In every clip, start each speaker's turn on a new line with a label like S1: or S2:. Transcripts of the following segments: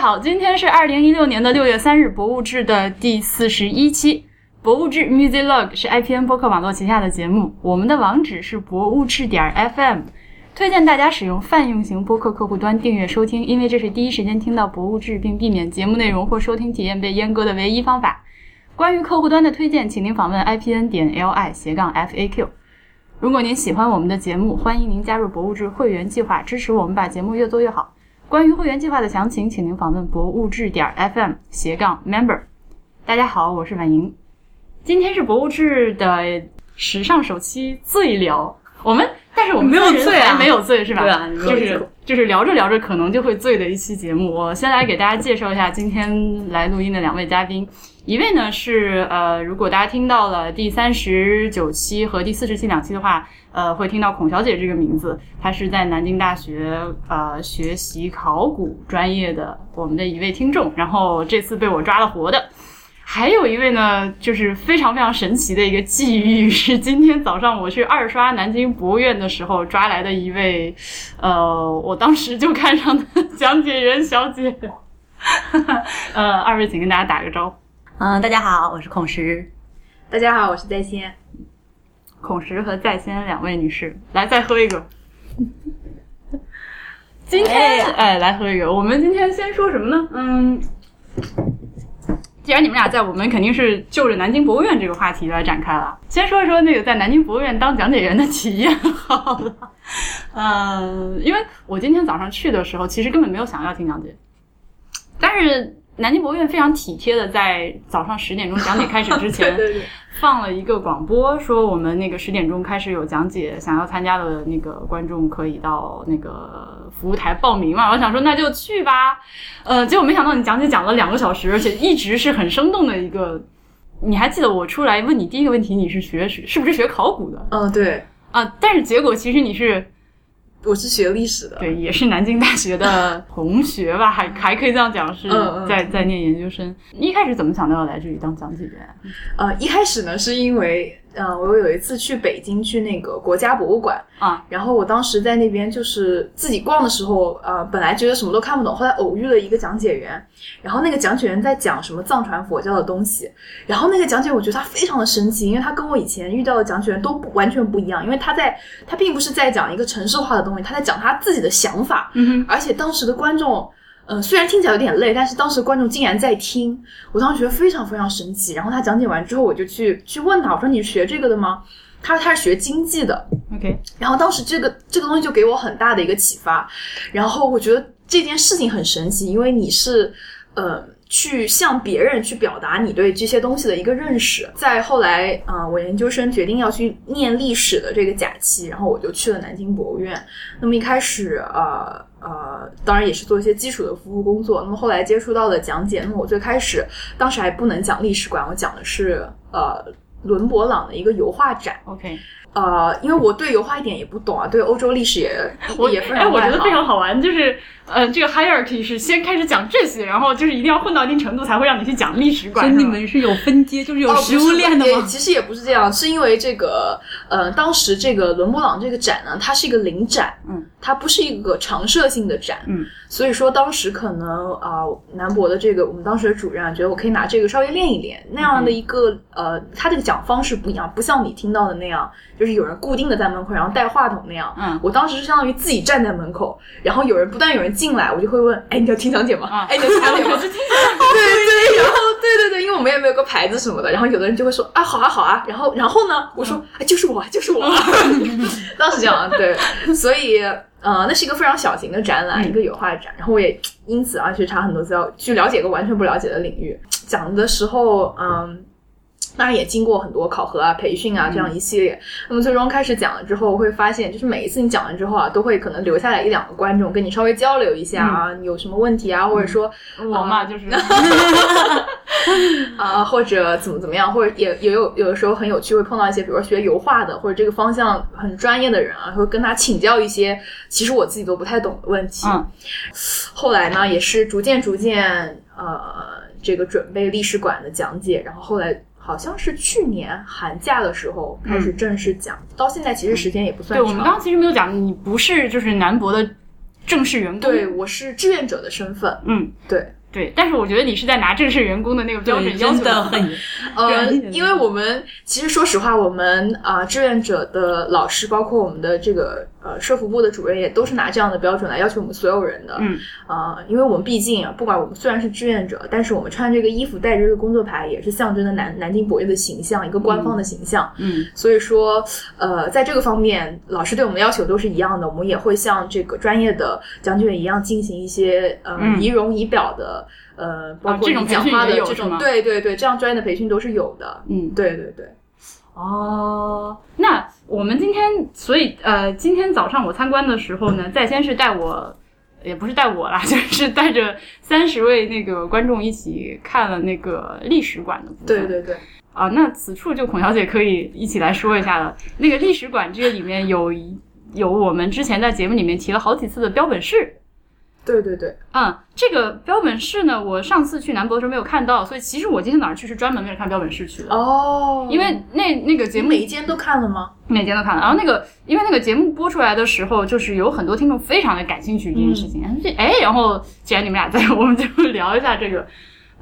S1: 好，今天是二零一六年的六月三日，博物志的第四十一期。博物志 Music Log 是 IPN 播客网络旗下的节目，我们的网址是博物志点儿 FM。推荐大家使用泛用型播客客户端订阅收听，因为这是第一时间听到博物志，并避免节目内容或收听体验被阉割的唯一方法。关于客户端的推荐，请您访问 IPN 点 LI 斜杠 FAQ。如果您喜欢我们的节目，欢迎您加入博物志会员计划，支持我们把节目越做越好。关于会员计划的详情，请您访问博物志点 FM 斜杠 member。大家好，我是婉莹。今天是博物志的史上首期醉聊，我们但是我们
S2: 没有
S1: 三人
S2: 醉啊
S1: 还没有醉是吧？
S2: 对啊
S1: 就
S2: 没有
S1: 是
S2: 醉
S1: 就是聊着聊着可能就会醉的一期节目。我先来给大家介绍一下今天来录音的两位嘉宾，一位呢是呃，如果大家听到了第三十九期和第四十期两期的话，呃，会听到孔小姐这个名字，她是在南京大学呃学习考古专业的我们的一位听众，然后这次被我抓了活的。 还有一位呢，就是非常非常神奇的一个际遇，是今天早上我去二刷南京博物院的时候抓来的一位，呃，我当时就看上的讲解员小姐。 呃，二位请跟大家打个招呼。
S2: 嗯，大家好，我是孔石。
S3: 大家好，我是在先。
S1: 孔石和在先两位女士，来再喝一个。 今天哎，来喝一个。我们今天先说什么呢？嗯，既然你们俩在，我们肯定是就着南京博物院这个话题来展开了。先说一说那个在南京博物院当讲解员的体验 好了。嗯，因为我今天早上去的时候，其实根本没有想要听讲解，但是南京博物院非常体贴的在早上十点钟讲解开始之 前，
S3: 对对，
S1: 放了一个广播，说我们那个十点钟开始有讲解，想要参加的那个观众可以到那个服务台报名嘛。我想说那就去吧，呃，结果没想到你讲解讲了两个小时，而且一直是很生动的一个。你还记得我出来问你第一个问题，你是学是不是学考古的
S3: 嗯，对，
S1: 啊？但是结果其实你是
S3: 我是学历史的。
S1: 对，也是南京大学的同学吧，还还可以这样讲，是
S3: 嗯嗯
S1: 在在念研究生。你一开始怎么想到要来这里当讲解员？啊
S3: 呃，一开始呢，是因为，呃，我有一次去北京去那个国家博物馆
S1: 啊，
S3: 然后我当时在那边就是自己逛的时候，呃，本来觉得什么都看不懂，后来偶遇了一个讲解员，然后那个讲解员在讲什么藏传佛教的东西，然后那个讲解员我觉得他非常的神奇，因为他跟我以前遇到的讲解员都不完全不一样，因为他在他并不是在讲一个城市化的东西，他在讲他自己的想法，
S1: 嗯
S3: 而且当时的观众，呃，虽然听起来有点累，但是当时观众竟然在听，我当时觉得非常非常神奇。然后他讲解完之后，我就去去问他，我说你学这个的吗？他说他是学经济的，
S1: 哼，OK，
S3: 然后当时这个这个东西就给我很大的一个启发，然后我觉得这件事情很神奇，因为你是，呃。去向别人去表达你对这些东西的一个认识。再后来，啊、我研究生决定要去念历史的这个假期，然后我就去了南京博物院。那么一开始，呃呃，当然也是做一些基础的服务工作。那么后来接触到了讲解，那么我最开始当时还不能讲历史馆，我讲的是呃伦勃朗的一个油画展。
S1: OK，
S3: 呃，因为我对油画一点也不懂啊，对欧洲历史也
S1: 我
S3: 也非
S1: 哎，
S3: 常
S1: 我觉
S3: 外
S1: 得非
S3: 行。
S1: 常好玩，就是呃，这个 hierarchy 是先开始讲这些，然后就是一定要混到一定程度才会让你去讲历史
S2: 所以
S1: 馆。
S2: 你
S1: 是
S2: 们是有分阶，就是有
S3: 哦，
S2: 食物链的
S3: 不是
S2: 吗
S3: 也？其实也不是这样，是因为这个，呃，当时这个伦勃朗这个展呢，它是一个临展，
S1: 嗯，
S3: 它不是一个常设性的展，
S1: 嗯，
S3: 所以说当时可能啊、南博的这个我们当时的主任啊，觉得我可以拿这个稍微练一练，那
S1: 嗯
S3: 样的一个、呃，他这个讲方式不一样，不像你听到的那样，就是有人固定的在门口，然后带话筒那样，
S2: 嗯
S1: 吧，
S3: 哎我当时是相当于自己站在门口，然后有人不断有人进来，我就会问，哎，你要听讲解吗？
S1: 啊
S3: 哎，你要听讲解
S1: 嗯，
S3: 吗？
S1: 我是听
S3: 对对，然后对对对，因为我们也没有个牌子什么的，然后有的人就会说啊，好啊好啊，然 后然后呢，我说哎，就是我啊， 就是我啊，当时这样啊，对，所以呃，那是一个非常小型的展览，
S1: 嗯
S3: 一个油画展，然后我也因此啊而去查很多资料，去了解一个完全不了解的领域。讲的时候，嗯。当然也经过很多考核啊、培训啊这样一系列，那么最终开始讲了之后，会发现就是每一次你讲完之后啊，都会可能留下来一两个观众跟你稍微交流一下啊，你有什么问题啊，或者说
S1: 我嘛，
S3: 嗯
S1: 就是
S3: 啊、或者怎么怎么样，或者也也有有的时候很有趣，会碰到一些，比如说学油画的或者这个方向很专业的人啊，会跟他请教一些其实我自己都不太懂的问题。
S1: 嗯
S3: 后来呢，也是逐渐逐渐呃，这个准备历史馆的讲解，然后后来好像是去年寒假的时候开始正式讲，到现在其实时间也不
S1: 嗯
S3: 算
S1: 对，我们
S3: 长。
S1: 刚刚其实没有讲，你不是就是南博的正式员工，
S3: 对，我是志愿者的身份，
S1: 嗯，
S3: 对，
S1: 对，但是我觉得你是在拿正式员工的那个标
S2: 对，
S1: 准要
S2: 真
S1: 求
S2: 的
S1: 我
S2: 很
S3: 呃，
S1: 对啊
S3: 因为我们其实说实话，我们啊、呃志愿者的老师，包括我们的这个呃社服部的主任，也都是拿这样的标准来要求我们所有人的。
S1: 嗯，
S3: 呃，因为我们毕竟啊不管我们虽然是志愿者，但是我们穿这个衣服，带着这个工作牌，也是象征着南南京博越的形象，一个官方的形象。
S1: 嗯，
S3: 所以说，呃，在这个方面，老师对我们要求都是一样的，我们也会像这个专业的讲解员一样进行一些呃、
S1: 嗯啊
S3: 仪容仪表的。呃，包
S1: 这
S3: 括
S1: 种
S3: 你
S1: 培
S3: 讲
S1: 训
S3: 话
S1: 也
S3: 的
S1: 有
S3: 这
S1: 是
S3: 种，
S1: 吗
S3: 对对对，这样专业的培训都是有的。
S1: 嗯，
S3: 对对对，
S1: 哦，那我们今天，所以呃，今天早上我参观的时候呢，在先是带我，也不是带我啦， 就是带着三十位那个观众一起看了那个历史馆的部分。
S3: 对对对，
S1: 啊，那此处就孔小姐可以一起来说一下了。那个历史馆这个里面有一有我们之前在节目里面提了好几次的标本室，
S3: 对对对，
S1: 嗯，这个标本室呢，我上次去南博的时候没有看到，所以其实我今天早上去是专门为了看标本室去的，
S3: 哦
S1: 嗯因为那那个节
S3: 你
S1: 目
S3: 每一间都看了吗？
S1: 每天都看了。然后那个，因为那个节目播出来的时候，就是有很多听众非常的感兴趣这件事情，
S3: 嗯
S1: 这哎，然后既然你们俩在， 我们就聊一下这个。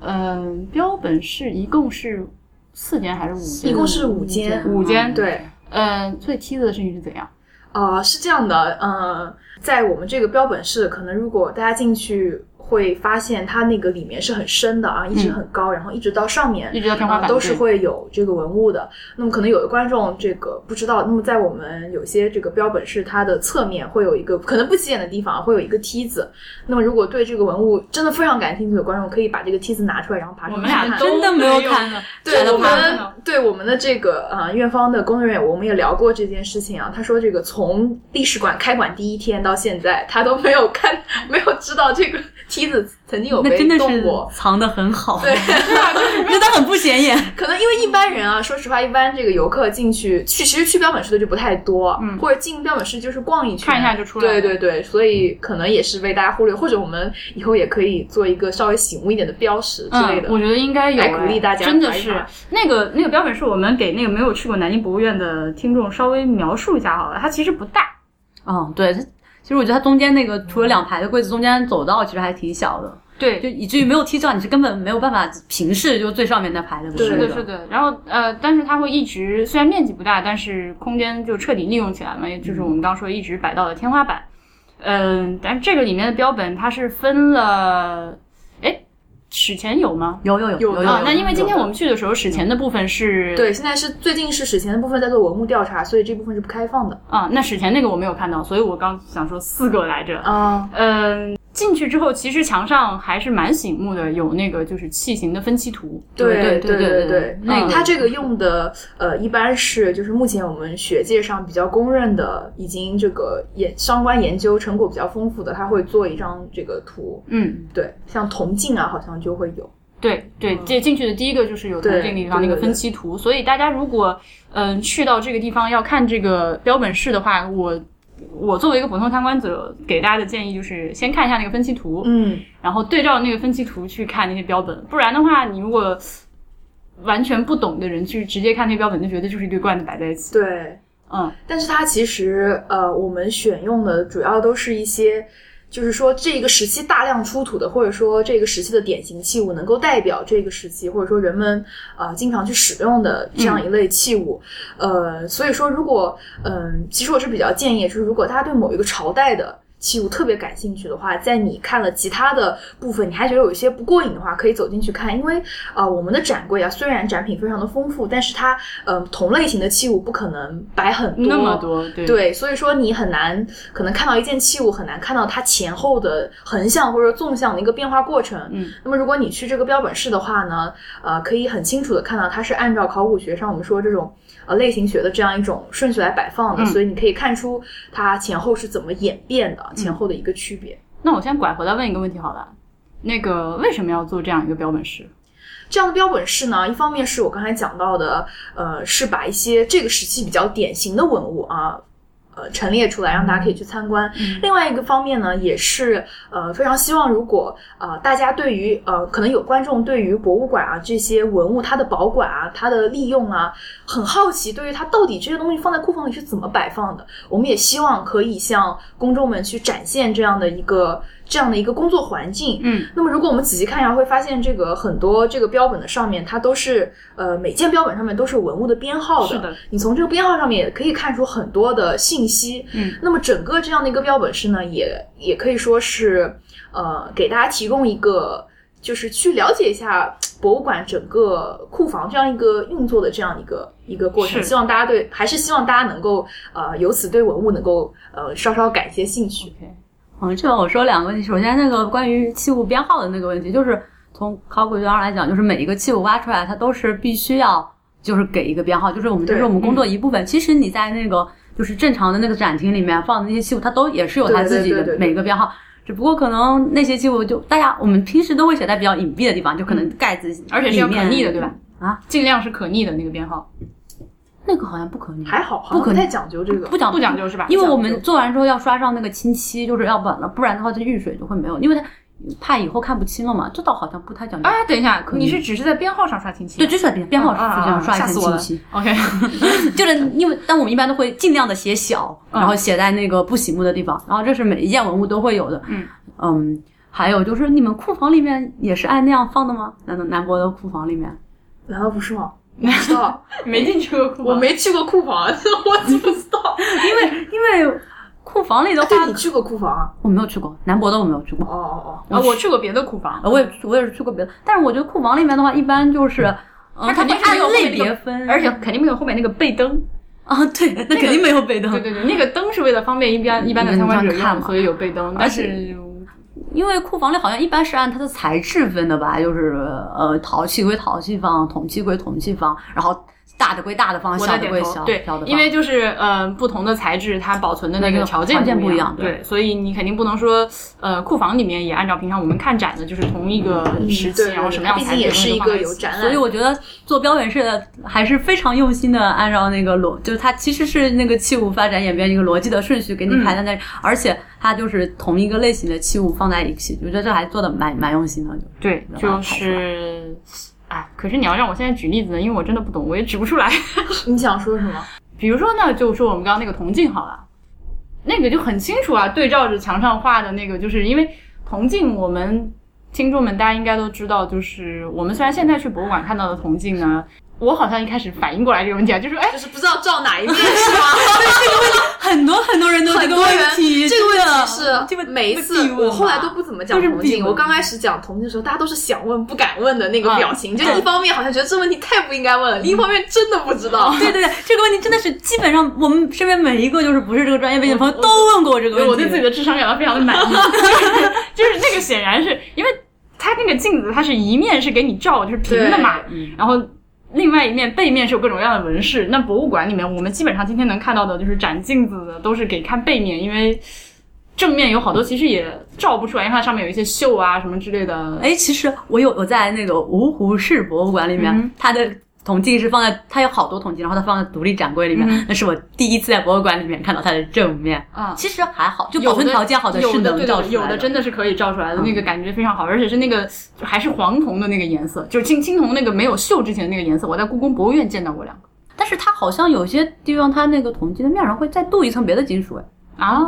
S1: 嗯、标本室一共是四间还是五间？
S3: 一共是五间
S1: 五间
S3: 对，
S1: 嗯、所以梯子的声音是怎样？
S3: 呃，是这样的，呃，在我们这个标本室，可能如果大家进去会发现它那个里面是很深的啊，一直
S1: 嗯
S3: 很高，然后一直到上面
S1: 一直到天花
S3: 啊、
S1: 板、
S3: 都是
S1: 对
S3: 会有这个文物的。那么可能有的观众这个不知道，那么在我们有些这个标本室，它的侧面会有一个可能不起眼的地方会有一个梯子。那么如果对这个文物真的非常感兴趣的观众，可以把这个梯子拿出来，然后爬上
S1: 我
S3: 去
S1: 们俩
S3: 看
S1: 都
S2: 真的没有看了，
S3: 对
S2: 的
S3: 我
S1: 爬
S3: 们
S1: 上了
S3: 对我们的这个呃院方的工作人员，我们也聊过这件事情啊。他说，这个从历史馆开馆第一天到现在，他都没有看，没有知道这个梯子曾经有
S2: 那
S3: 被
S2: 真的
S3: 动
S2: 是
S3: 过。
S2: 藏的很好，
S3: 对，啊
S2: 真的很不显 眼。
S3: 可能因为一般人啊，说实话，一般这个游客进去去，其实去标本室的就不太多，
S1: 嗯
S3: 或者进标本室就是逛一圈，
S1: 看一下就出来了
S3: 对对对，所以可能也是被大家忽略，或者我们以后也可以做一个稍微醒目一点的标识之类的。
S1: 嗯、我觉得应该有、
S3: 来
S1: 哎、
S3: 鼓励大家
S1: 真的
S3: 来一
S1: 是
S3: 把
S1: 那个那个标本是我们给那个没有去过南京博物院的听众稍微描述一下好了，它其实不大，
S2: 嗯，对，它其实我觉得它中间那个除了两排的柜子，中间走道其实还挺小的，
S1: 对，
S2: 就以至于没有梯照，你是根本没有办法平视，就最上面那排的。
S3: 对
S1: 是
S2: 的，
S1: 的，是的。然后呃，但是它会一直，虽然面积不大，但是空间就彻底利用起来嘛，也就是我们刚说一直摆到了天花板。嗯、但这个里面的标本它是分了，哎，史前有吗？
S2: 有有有
S3: 有
S2: 有
S3: 的
S1: 啊，那因为
S2: 有
S1: 今天
S2: 有
S1: 我们去的时候，史前的部分是，
S3: 对，现在是最近是史前的部分在做文物调查，所以这部分是不开放的
S1: 啊，那史前那个我没有看到，所以我刚想说四个来着。
S3: 啊。
S1: 嗯，进去之后，其实墙上还是蛮醒目的，有那个就是器型的分析图。
S3: 对
S2: 对
S3: 对
S2: 对
S3: 对
S2: 对
S3: 对
S2: 对，
S1: 那个
S3: 它这个用的呃，一般是就是目前我们学界上比较公认的，已经这个研相关研究成果比较丰富的，它会做一张这个图。
S1: 嗯，
S3: 对，像铜镜啊，好像就会有。
S1: 对对，这进去的第一个就是有从
S3: 嗯对
S1: 这个地方那
S3: 对
S1: 个
S3: 对
S1: 分析图，所以大家如果嗯去到这个地方要看这个标本室的话，我。我作为一个普通参观者，给大家的建议就是先看一下那个分析图，
S3: 嗯，
S1: 然后对照那个分析图去看那些标本，不然的话，你如果完全不懂的人去直接看那个标本，就觉得就是一堆罐子摆在一起。
S3: 对。
S1: 嗯，
S3: 但是它其实呃，我们选用的主要都是一些。就是说，这个时期大量出土的，或者说这个时期的典型器物，能够代表这个时期，或者说人们呃经常去使用的这样一类器物。呃，所以说，如果嗯、其实我是比较建议，就是如果大家对某一个朝代的器物特别感兴趣的话，在你看了其他的部分，你还觉得有一些不过瘾的话，可以走进去看，因为呃，我们的展柜啊，虽然展品非常的丰富，但是它呃同类型的器物不可能摆很多，
S1: 那么多，对
S3: 对，所以说你很难可能看到一件器物，很难看到它前后的横向或者纵向的一个变化过程。
S1: 嗯，
S3: 那么如果你去这个标本室的话呢，呃，可以很清楚的看到它是按照考古学上我们说这种呃类型学的这样一种顺序来摆放的，
S1: 嗯
S3: 所以你可以看出它前后是怎么演变的，
S1: 嗯
S3: 前后的一个区别。
S1: 那我先拐回来问一个问题好了，那个为什么要做这样一个标本室？
S3: 这样的标本室呢，一方面是我刚才讲到的，呃，是把一些这个时期比较典型的文物啊。呃，陈列出来让大家可以去参观。另外一个方面呢，也是呃非常希望，如果呃大家对于呃可能有观众对于博物馆啊这些文物它的保管啊、它的利用啊很好奇，对于它到底这些东西放在库房里是怎么摆放的，我们也希望可以向公众们去展现这样的一个这样的一个工作环境。
S1: 嗯，
S3: 那么如果我们仔细看一下，会发现这个很多这个标本的上面，它都是呃每件标本上面都是文物的编号
S1: 是的
S3: 你从这个编号上面也可以看出很多的信息。
S1: 嗯，
S3: 那么整个这样的一个标本室呢，也也可以说是呃给大家提供一个。就是去了解一下博物馆整个库房这样一个运作的这样一个一个过程，
S1: 是
S3: 希望大家对还是希望大家能够呃由此对文物能够呃稍稍感一些兴趣。
S2: 嗯，这边我说两个问题。首先，那个关于器物编号的那个问题，就是从考古学上来讲，就是每一个器物挖出来，它都是必须要就是给一个编号，就是我们这
S3: 对
S2: 是我们工作一部分。其实你在那个就是正常的那个展厅里面放的那些器物，它都也是有它
S3: 对对
S2: 自己
S3: 对对
S2: 的
S3: 对
S2: 每一个编号。只不过可能那些器物就大家我们平时都会写在比较隐蔽的地方，就可能盖子
S1: 而且是要可嗯逆的，
S2: 里面
S1: 对吧？？
S2: 啊，
S1: 尽量是可逆的那个编号，
S2: 那个好像不可逆，
S3: 还好，好
S2: 不
S3: 像
S2: 可
S3: 不
S2: 能
S3: 太讲究这个。
S2: 不讲
S1: 不讲究是吧？
S2: 因为我
S3: 讲
S2: 们
S3: 究
S2: 做完之后要刷上那个清漆，就是要晚了，不然的话这遇水就会没有，因为它怕以后看不清了嘛。这倒好像不太讲究。
S1: 啊，等一下，
S2: 逆
S1: 你是只是在编号上刷清晰？
S2: 对，就是编编号
S1: 啊啊
S2: 附
S1: 啊
S2: 上刷一
S1: 吓
S2: 层
S1: 死我
S2: 清
S1: 了
S2: 漆，
S1: OK，
S2: 就是因为但我们一般都会尽量的写小，
S1: 嗯
S2: 然后写在那个不醒目的地方，然后这是每一件文物都会有的。
S1: 嗯
S2: 嗯还有就是你们库房里面也是按那样放的吗？南南博的库房里面，
S3: 难道不是 吗？我不知道，
S1: 没进去过库
S3: 我
S1: 房。
S3: 没去过库房， 我怎么知道？
S2: 因为库房里的
S1: 啊
S2: 话，
S3: 对你去过库房啊？
S2: 我没有去过，南博的我没有去过
S3: 哦。哦
S1: 啊，我去过别的库房，
S2: 呃，我也去我也是去过别的，但是我觉得库房里面的话，一般就是，嗯、
S1: 它
S2: 呃，
S1: 肯定
S2: 会
S1: 是没有
S2: 按
S1: 后面那
S2: 类
S1: 个
S2: 别分，
S1: 而且肯定没有后面那个背 灯。
S2: 啊，对，那肯定没有被灯，
S1: 对对对，那个灯是为了方便一般一般的参观者
S2: 你能看
S1: 用，
S2: 吗
S1: 所以有背 灯，但是。
S2: 因为库房里好像一般是按它的材质分的吧，就是呃，陶器归陶器方，铜器归铜器方，然后大的归大的方，
S1: 我
S2: 小
S1: 在
S2: 的
S1: 点
S2: 归
S1: 头，
S2: 小
S1: 对
S2: 小的，方，
S1: 因为就是呃，不同的材质它保存的那
S2: 那
S1: 个
S2: 个
S1: 条件
S2: 条件不
S1: 一
S2: 一
S1: 样
S2: 样，
S1: 对，所以你肯定不能说呃，库房里面也按照平常我们看展的，就是同一个
S3: 哦，
S1: 时期，
S3: 对，
S1: 然后什么样
S3: 毕
S1: 材质的
S3: 竟也
S1: 东
S3: 是
S1: 西
S3: 一
S1: 都放
S3: 个
S1: 在一
S3: 有
S1: 起。
S3: 展览，
S2: 所以我觉得做标本式的还是非常用心的，按照那个逻，就是它其实是那个器物发展演变一个逻辑的顺序给
S1: 嗯
S2: 你排在那里，而且它就是同一个类型的器物放在一起，我觉得这还做的蛮蛮用心的。就是
S1: 对，就是。哎，可是你要让我现在举例子呢，因为我真的不懂，我也举不出来。
S3: 你想说什么？
S1: 比如说呢，就说我们刚刚那个铜镜好了，那个就很清楚啊，对照着墙上画的那个，就是因为铜镜，我们听众们大家应该都知道，就是我们虽然现在去博物馆看到的铜镜呢，我好像一开始反应过来这个问题啊，就说哎，
S3: 就是不知道照哪一面是 吗？
S2: 很多很多人都有这
S3: 很
S2: 个
S3: 多人
S2: 问题，
S3: 这个问
S2: 真的
S3: 题
S2: 这
S3: 是
S2: 个
S3: 每一
S2: 这
S3: 次
S2: 个必问
S3: 我后来
S2: 吧
S3: 都不怎么讲
S2: 就是
S3: 铜
S2: 必
S3: 镜，我
S2: 问
S3: 刚开始讲铜镜的时候，大家都是想问不敢问的那个
S1: 嗯
S3: 表情，就一方面好像觉得这问题太不应该问了，另一方面真的不知道。
S2: 对对对，这个问题真的是基本上我们身边每一个就是不是这个专业背景的朋友都问过我这个问题。
S1: 我对自己的智商感到非常的满 意，就是就是这个显然是因为它那个镜子，它是一面是给你照，就是平的嘛，然后另外一面背面是有各种各样的纹饰。那博物馆里面，我们基本上今天能看到的就是展镜子的，都是给看背面，因为正面有好多其实也照不出来，因为它上面有一些锈啊什么之类的。
S2: 哎，其实我有我在那个芜湖市博物馆里面，
S1: 嗯
S2: 它的铜镜是放在它有好多铜镜，然后它放在独立展柜里面，
S1: 嗯
S2: 那是我第一次在博物馆里面看到它的正面。
S1: 啊
S3: 嗯
S2: 其实还好，就
S1: 有
S2: 保
S1: 的
S2: 存条件好
S1: 有
S2: 是
S1: 的对
S2: 能
S1: 对
S2: 照
S1: 对
S2: 出来
S1: 有的真的是可以照出来的，
S2: 嗯
S1: 那个感觉非常好，而且是那个就还是黄铜的那个颜色，就是青青铜那个没有锈之前的那个颜色。我在故宫博物院见到过两个
S2: 但是它好像有些地方它那个铜镜的面上会再镀一层别的金属，哎，
S1: 啊，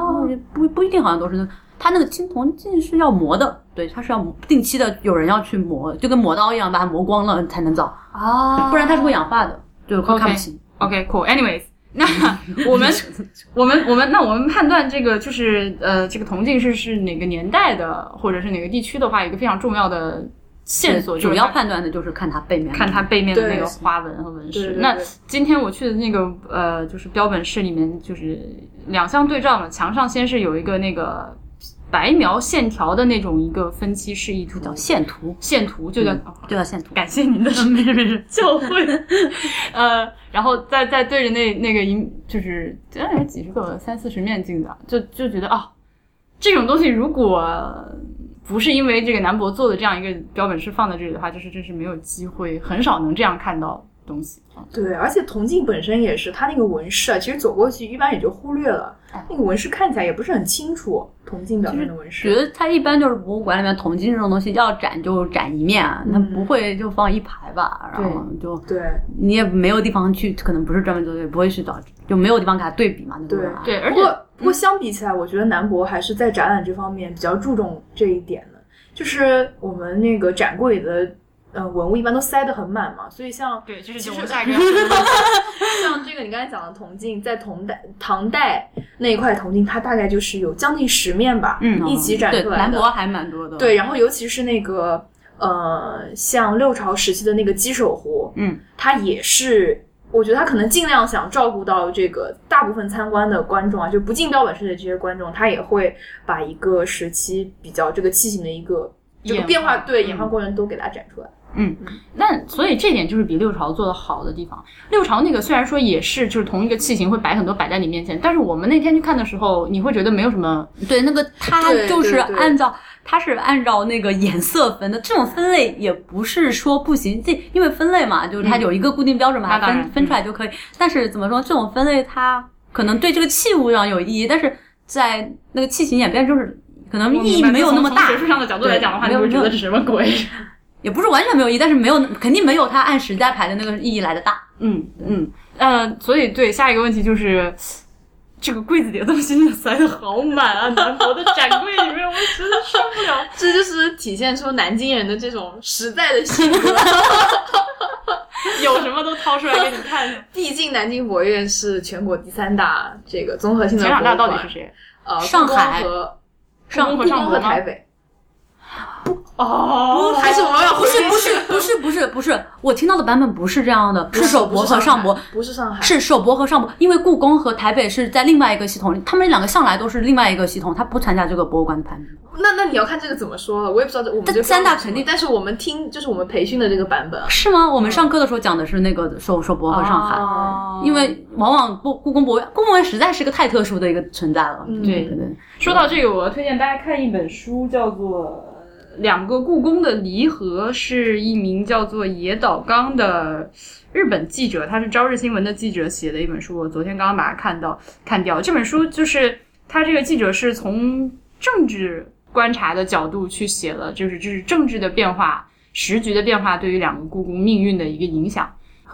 S2: 不不一定好像都是那。它那个青铜镜是要磨的，对，它是要磨定期的，有人要去磨，就跟磨刀一样，把它磨光了才能造。
S1: 啊
S2: 不然它是会氧化的，对，会
S1: OK
S2: 看不清。
S1: OK cool anyways。那 我们我们我们那我们判断这个就是呃这个铜镜是是哪个年代的或者是哪个地区的话，一个非常重要的线索就是
S2: 主要
S1: 它
S2: 判断的就是看它背面，
S1: 看它背面的那个
S3: 对
S1: 花纹和纹
S3: 对对
S1: 饰。
S3: 对
S1: 那今天我去的那个呃就是标本室里面就是两相对照嘛，墙上先是有一个那个白描线条的那种一个分期示意图
S2: 叫线图，
S1: 线图，就叫、
S2: 嗯就叫线图。
S1: 感谢您的没事没 事教诲，呃，然后再再对着那那个一就是当然有几十个三四十面镜子啊，就就觉得啊、这种东西如果不是因为这个南博做的这样一个标本是放在这里的话，就是真是没有机会，很少能这样看到东西。
S3: 对，而且铜镜本身也是，它那个纹饰啊，其实走过去一般也就忽略了，那个纹饰看起来也不是很清楚，铜镜表面的纹
S2: 觉
S3: 饰。
S2: 得它一般就是博物馆里面铜镜这种东西，要展就展一面，啊它不会就放一排吧。然后就
S3: 对，
S2: 你也没有地方去，可能不是专门做这个，不会去找，就没有地方给它对比嘛。那种
S3: 对
S2: 人啊
S1: 对，而
S3: 不
S1: 且嗯
S3: 过不过相比起来，我觉得南博还是在展览这方面比较注重这一点的，就是我们那个展柜里的。呃，文物一般都塞得很满嘛，所以像
S1: 对，就是
S3: 其
S1: 九
S3: 实
S1: 无大 概。
S3: 像这个你刚才讲的铜镜，在唐代唐代那一块铜镜，它大概就是有将近十面吧，
S1: 嗯
S3: 一起展
S2: 对，
S3: 出来的。
S2: 南博还蛮多的。
S3: 对，然后尤其是那个呃，像六朝时期的那个鸡首壶，
S1: 嗯，
S3: 它也是，我觉得它可能尽量想照顾到这个大部分参观的观众啊，就不进标本室的这些观众，他也会把一个时期比较这个器型的一个这个
S1: 演
S3: 变化，
S1: 化
S3: 对
S1: 嗯
S3: 演化过程都给它展出来。
S1: 那所以这点就是比六朝做的好的地方。六朝那个虽然说也是就是同一个器型会摆很多摆在你面前，但是我们那天去看的时候，你会觉得没有什么
S2: 对，那个它
S3: 对
S2: 就是
S3: 对对
S2: 按照它是按照那个颜色分的，这种分类也不是说不行，这因为分类嘛，就是它
S1: 嗯
S2: 有一个固定标准嘛，
S1: 那
S2: 它
S1: 当然嗯
S2: 分分出来就可以。但是怎么说，这种分类它可能对这个器物上有意义，但是在那个器型演变就是可能意义没有那么大
S1: 从。学术上的角度来讲的话，
S2: 对
S1: 你会觉
S2: 没
S1: 得
S2: 有
S1: 这什么鬼？
S2: 也不是完全没有意义，但是没有肯定没有它按时代排的那个意义来的大。
S1: 嗯嗯呃，所以对下一个问题就是。这个柜子里的东西真的塞得好满啊！南博的展柜里面，我真的受不了。
S3: 这就是体现出南京人的这种实在的性格。
S1: 有什么都掏出来给你看。
S3: 毕竟南京博物院是全国第三大这个综合性 的
S1: 前
S3: 博物
S1: 两大到
S3: 馆，
S1: 底是谁？
S3: 呃
S2: 上
S3: 故宫
S2: 海
S3: 和
S1: 上
S3: 故
S1: 和
S3: 宫
S1: 上
S3: 和
S1: 博吗
S3: 台？北，
S1: 哦，
S3: 还是我们要
S2: 不 是不是不是不是不是，我听到的版本不是这样的，是首博和上博，
S3: 不是上海，
S2: 是首博和上博，因为故宫和台北是在另外一个系统里，他们两个向来都是另外一个系统，它不参加这个博物馆的排名。
S3: 那那你要看这个怎么说了，我也不知道这我们这
S2: 但三大
S3: 标准是
S2: 肯定
S3: 什么但是我们听就是我们培训的这个版本，啊
S2: 是吗？我们上课的时候讲的是那个首首博和上海，
S1: 哦
S2: 因为往往故故宫博物院，故宫博物院实在是个太特殊的一个存在了。
S3: 嗯
S2: 对对，
S1: 说到这个，我推荐大家看一本书，叫做《两个故宫的离合》，是一名叫做野岛刚的日本记者，他是朝日新闻的记者写的一本书。我昨天刚刚把它看到看掉。这本书就是他这个记者是从政治观察的角度去写了，就是就是政治的变化、时局的变化对于两个故宫命运的一个影响。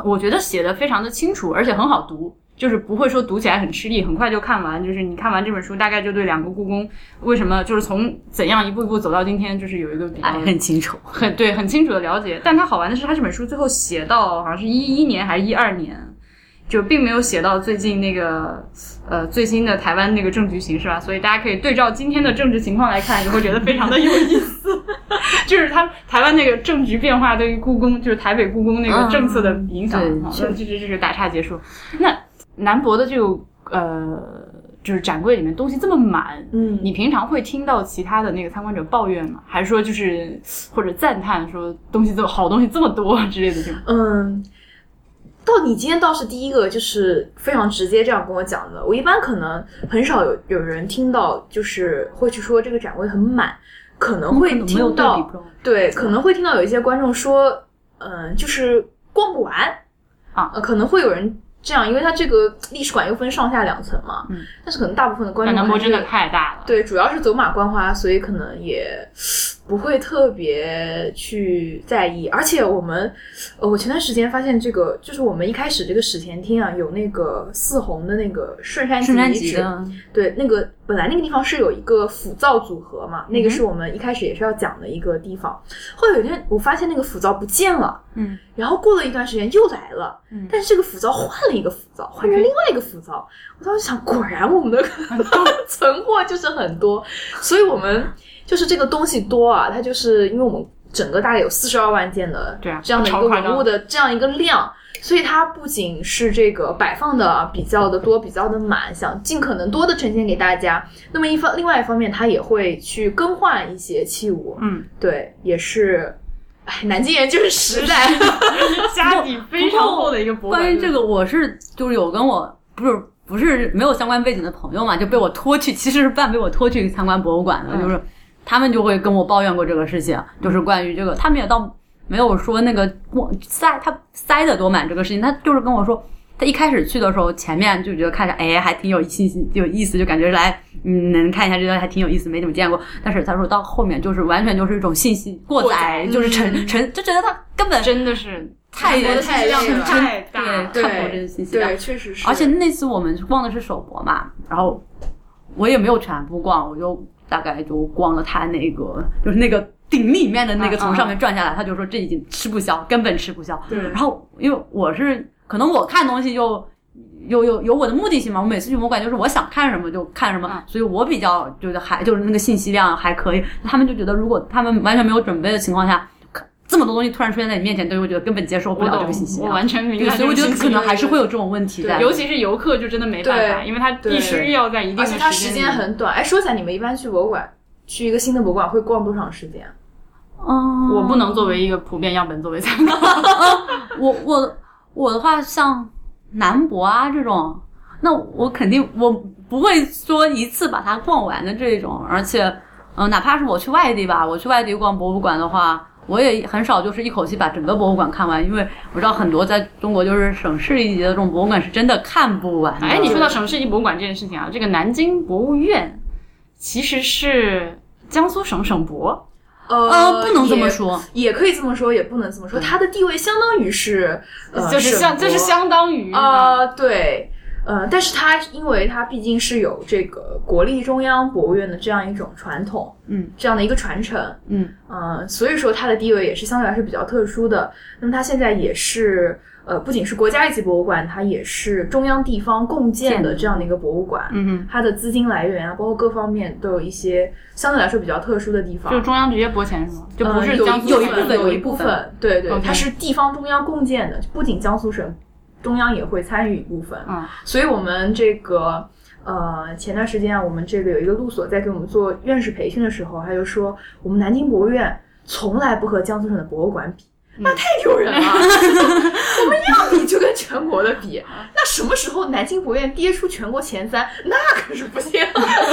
S1: 我觉得写的非常的清楚，而且很好读，就是不会说读起来很吃力，很快就看完。就是你看完这本书，大概就对两个故宫为什么就是从怎样一步一步走到今天，就是有一个比较
S2: 哎，很清楚。
S1: 很对很清楚的了解。但它好玩的是，它这本书最后写到好像是一一年还是一二年，就并没有写到最近那个呃最新的台湾那个政局形势吧。所以大家可以对照今天的政治情况来看，你会觉得非常的有意思。 就是它台湾那个政局变化对于故宫，就是台北故宫那个政策的影响。
S2: 嗯嗯对
S1: 好
S2: 是
S1: 这这这个打岔结束。那南博的这个呃。就是展柜里面东西这么满，
S3: 嗯
S1: 你平常会听到其他的那个参观者抱怨吗？还是说就是或者赞叹说东西这么好东西这么多之类的这种？
S3: 嗯，到你今天倒是第一个，就是非常直接这样跟我讲的。我一般可能很少有有人听到，就是会去说这个展位很满，可能会
S2: 嗯没有
S3: 听
S2: 对
S3: 到
S2: 比，不知道
S3: 对，可
S1: 嗯
S3: 能会听到有一些观众说，嗯，就是逛不完
S1: 啊
S3: 呃，可能会有人这样，因为它这个历史馆又分上下两层嘛，
S1: 嗯，
S3: 但是可能大部分的观
S1: 但
S3: 众
S1: 南博
S3: 还
S1: 真
S3: 是
S1: 的太大了，
S3: 对，主要是走马观花，所以可能也不会特别去在意。而且我们，呃，我前段时间发现这个，就是我们一开始这个史前厅啊，有那个四红的那个顺山
S2: 圣诞
S3: 遗
S2: 集
S3: 址，
S2: 的，
S3: 对，那个本来那个地方是有一个辅造组合嘛，那个
S1: 嗯
S3: 是我们一开始也是要讲的一个地方。后来有一天我发现那个辅造不见了，
S1: 嗯，
S3: 然后过了一段时间又来了，
S1: 嗯
S3: 但是这个辅造换了一个辅造，换成另外一个辅造。我当时想，果然我们的 存货就是很多，所以我们就是这个东西多啊，它就是因为我们整个大概有四十二万件的
S1: 对啊
S3: 这样的一
S1: 超
S3: 个
S1: 夸张
S3: 文物的这样一个量。所以它不仅是这个摆放的比较的多、比较的满，想尽可能多的呈现给大家。那么一方另外一方面，它也会去更换一些器物，
S1: 嗯，
S3: 对，也是，哎，南京人 就是实在，
S1: 家底非常厚的一个博物馆。
S2: 关于这个，我是就是有跟我不是不是没有相关背景的朋友嘛，就被我拖去，其实是半被我拖去参观博物馆的，
S1: 嗯
S2: 就是他们就会跟我抱怨过这个事情，就是关于这个，他们也倒没有说那个我塞他塞的多满这个事情，他就是跟我说。他一开始去的时候，前面就觉得看着，哎，还挺有信息、有意思，就感觉来，嗯，能嗯看一下这个还挺有意思，没怎么见过。但是他说到后面就是完全就是一种信息过
S1: 过
S2: 载，
S1: 载
S2: 就是
S1: 嗯
S2: 沉沉，就觉得他根本
S1: 真的是
S2: 太
S3: 太
S1: 信息量
S3: 累了
S1: 太大了，
S2: 对
S3: 对
S2: 看不过这个信息量。
S3: 对，确实是，
S2: 而且那次我们逛的是首博嘛，然后我也没有全部逛，我就大概就逛了他那个就是那个顶里面的那个
S1: 嗯
S2: 从
S1: 嗯
S2: 上面转下来，他就说这已经吃不消，根本吃不消。
S3: 对
S2: 然后因为我是可能我看东西就。有有有我的目的性嘛？我每次去魔馆就是我想看什么就看什么，
S1: 嗯
S2: 所以我比较觉得还就是那个信息量还可以。他们就觉得如果他们完全没有准备的情况下，可这么多东西突然出现在你面前，对我觉得根本接受不
S1: 我
S2: 了这
S1: 懂
S2: 个信息，
S1: 我
S2: 量。
S1: 完全明
S2: 对，
S1: 白这
S2: 所以
S1: 个
S2: 我
S1: 信息。
S2: 觉得可能还是会有这种问题在。
S1: 尤其是游客就真的没办法，
S3: 对
S1: 因为他必须要在一定
S3: 而
S1: 的
S3: 且它
S1: 时
S3: 时
S1: 间
S3: 间
S1: 里
S3: 很短。哎，说起来，你们一般去博物馆，去一个新的博物馆会逛多长时间？
S2: 嗯，
S1: 我不能作为一个普遍样本作为参考。
S2: 我我我的话，像南博啊这种，那我肯定我不会说一次把它逛完的这种，而且，嗯、哪怕是我去外地吧，我去外地逛博物馆的话。我也很少就是一口气把整个博物馆看完，因为我知道很多在中国就是省市一级的这种博物馆是真的看不完的。
S1: 哎，你说到省市级博物馆这件事情啊，这个南京博物院其实是江苏省省博，
S2: 呃，不能这么，说，
S3: 也可以这么说，也不能这么说。它的地位相当于是，呃、
S1: 嗯就是相
S3: 省
S1: 就是
S3: 博
S1: 相当于啊，
S3: 呃，对，呃，但是它因为它毕竟是有这个国立中央博物院的这样一种传统，
S2: 嗯，
S3: 这样的一个传承，
S2: 嗯，
S3: 呃，所以说它的地位也是相对来说比较特殊的。那么它现在也是，呃，不仅是国家一级博物馆，它也是中央地方共建的这样的一个博物馆，
S1: 嗯
S3: 它的资金来源啊，包括各方面都有一些相对来说比较特殊的地
S1: 哼，
S3: 方
S1: 就。中央直接拨钱是吗？就不
S3: 呃
S1: 是
S3: 有
S1: 江苏
S2: 有一
S1: 省
S2: 部分
S3: 有一
S2: 有一部
S3: 部
S2: 分
S3: 分，对对，
S1: OK
S3: 它是地方中央共建的，不仅江苏省中央也会参与一部分。
S1: 嗯，
S3: 所以我们这个呃，前段时间啊，我们这个有一个路所在给我们做院士培训的时候，他就说我们南京博物院从来不和江苏省的博物馆比。那太丢人了，我们要比就跟全国的比，那什么时候南京博物院跌出全国前三，那可是不行。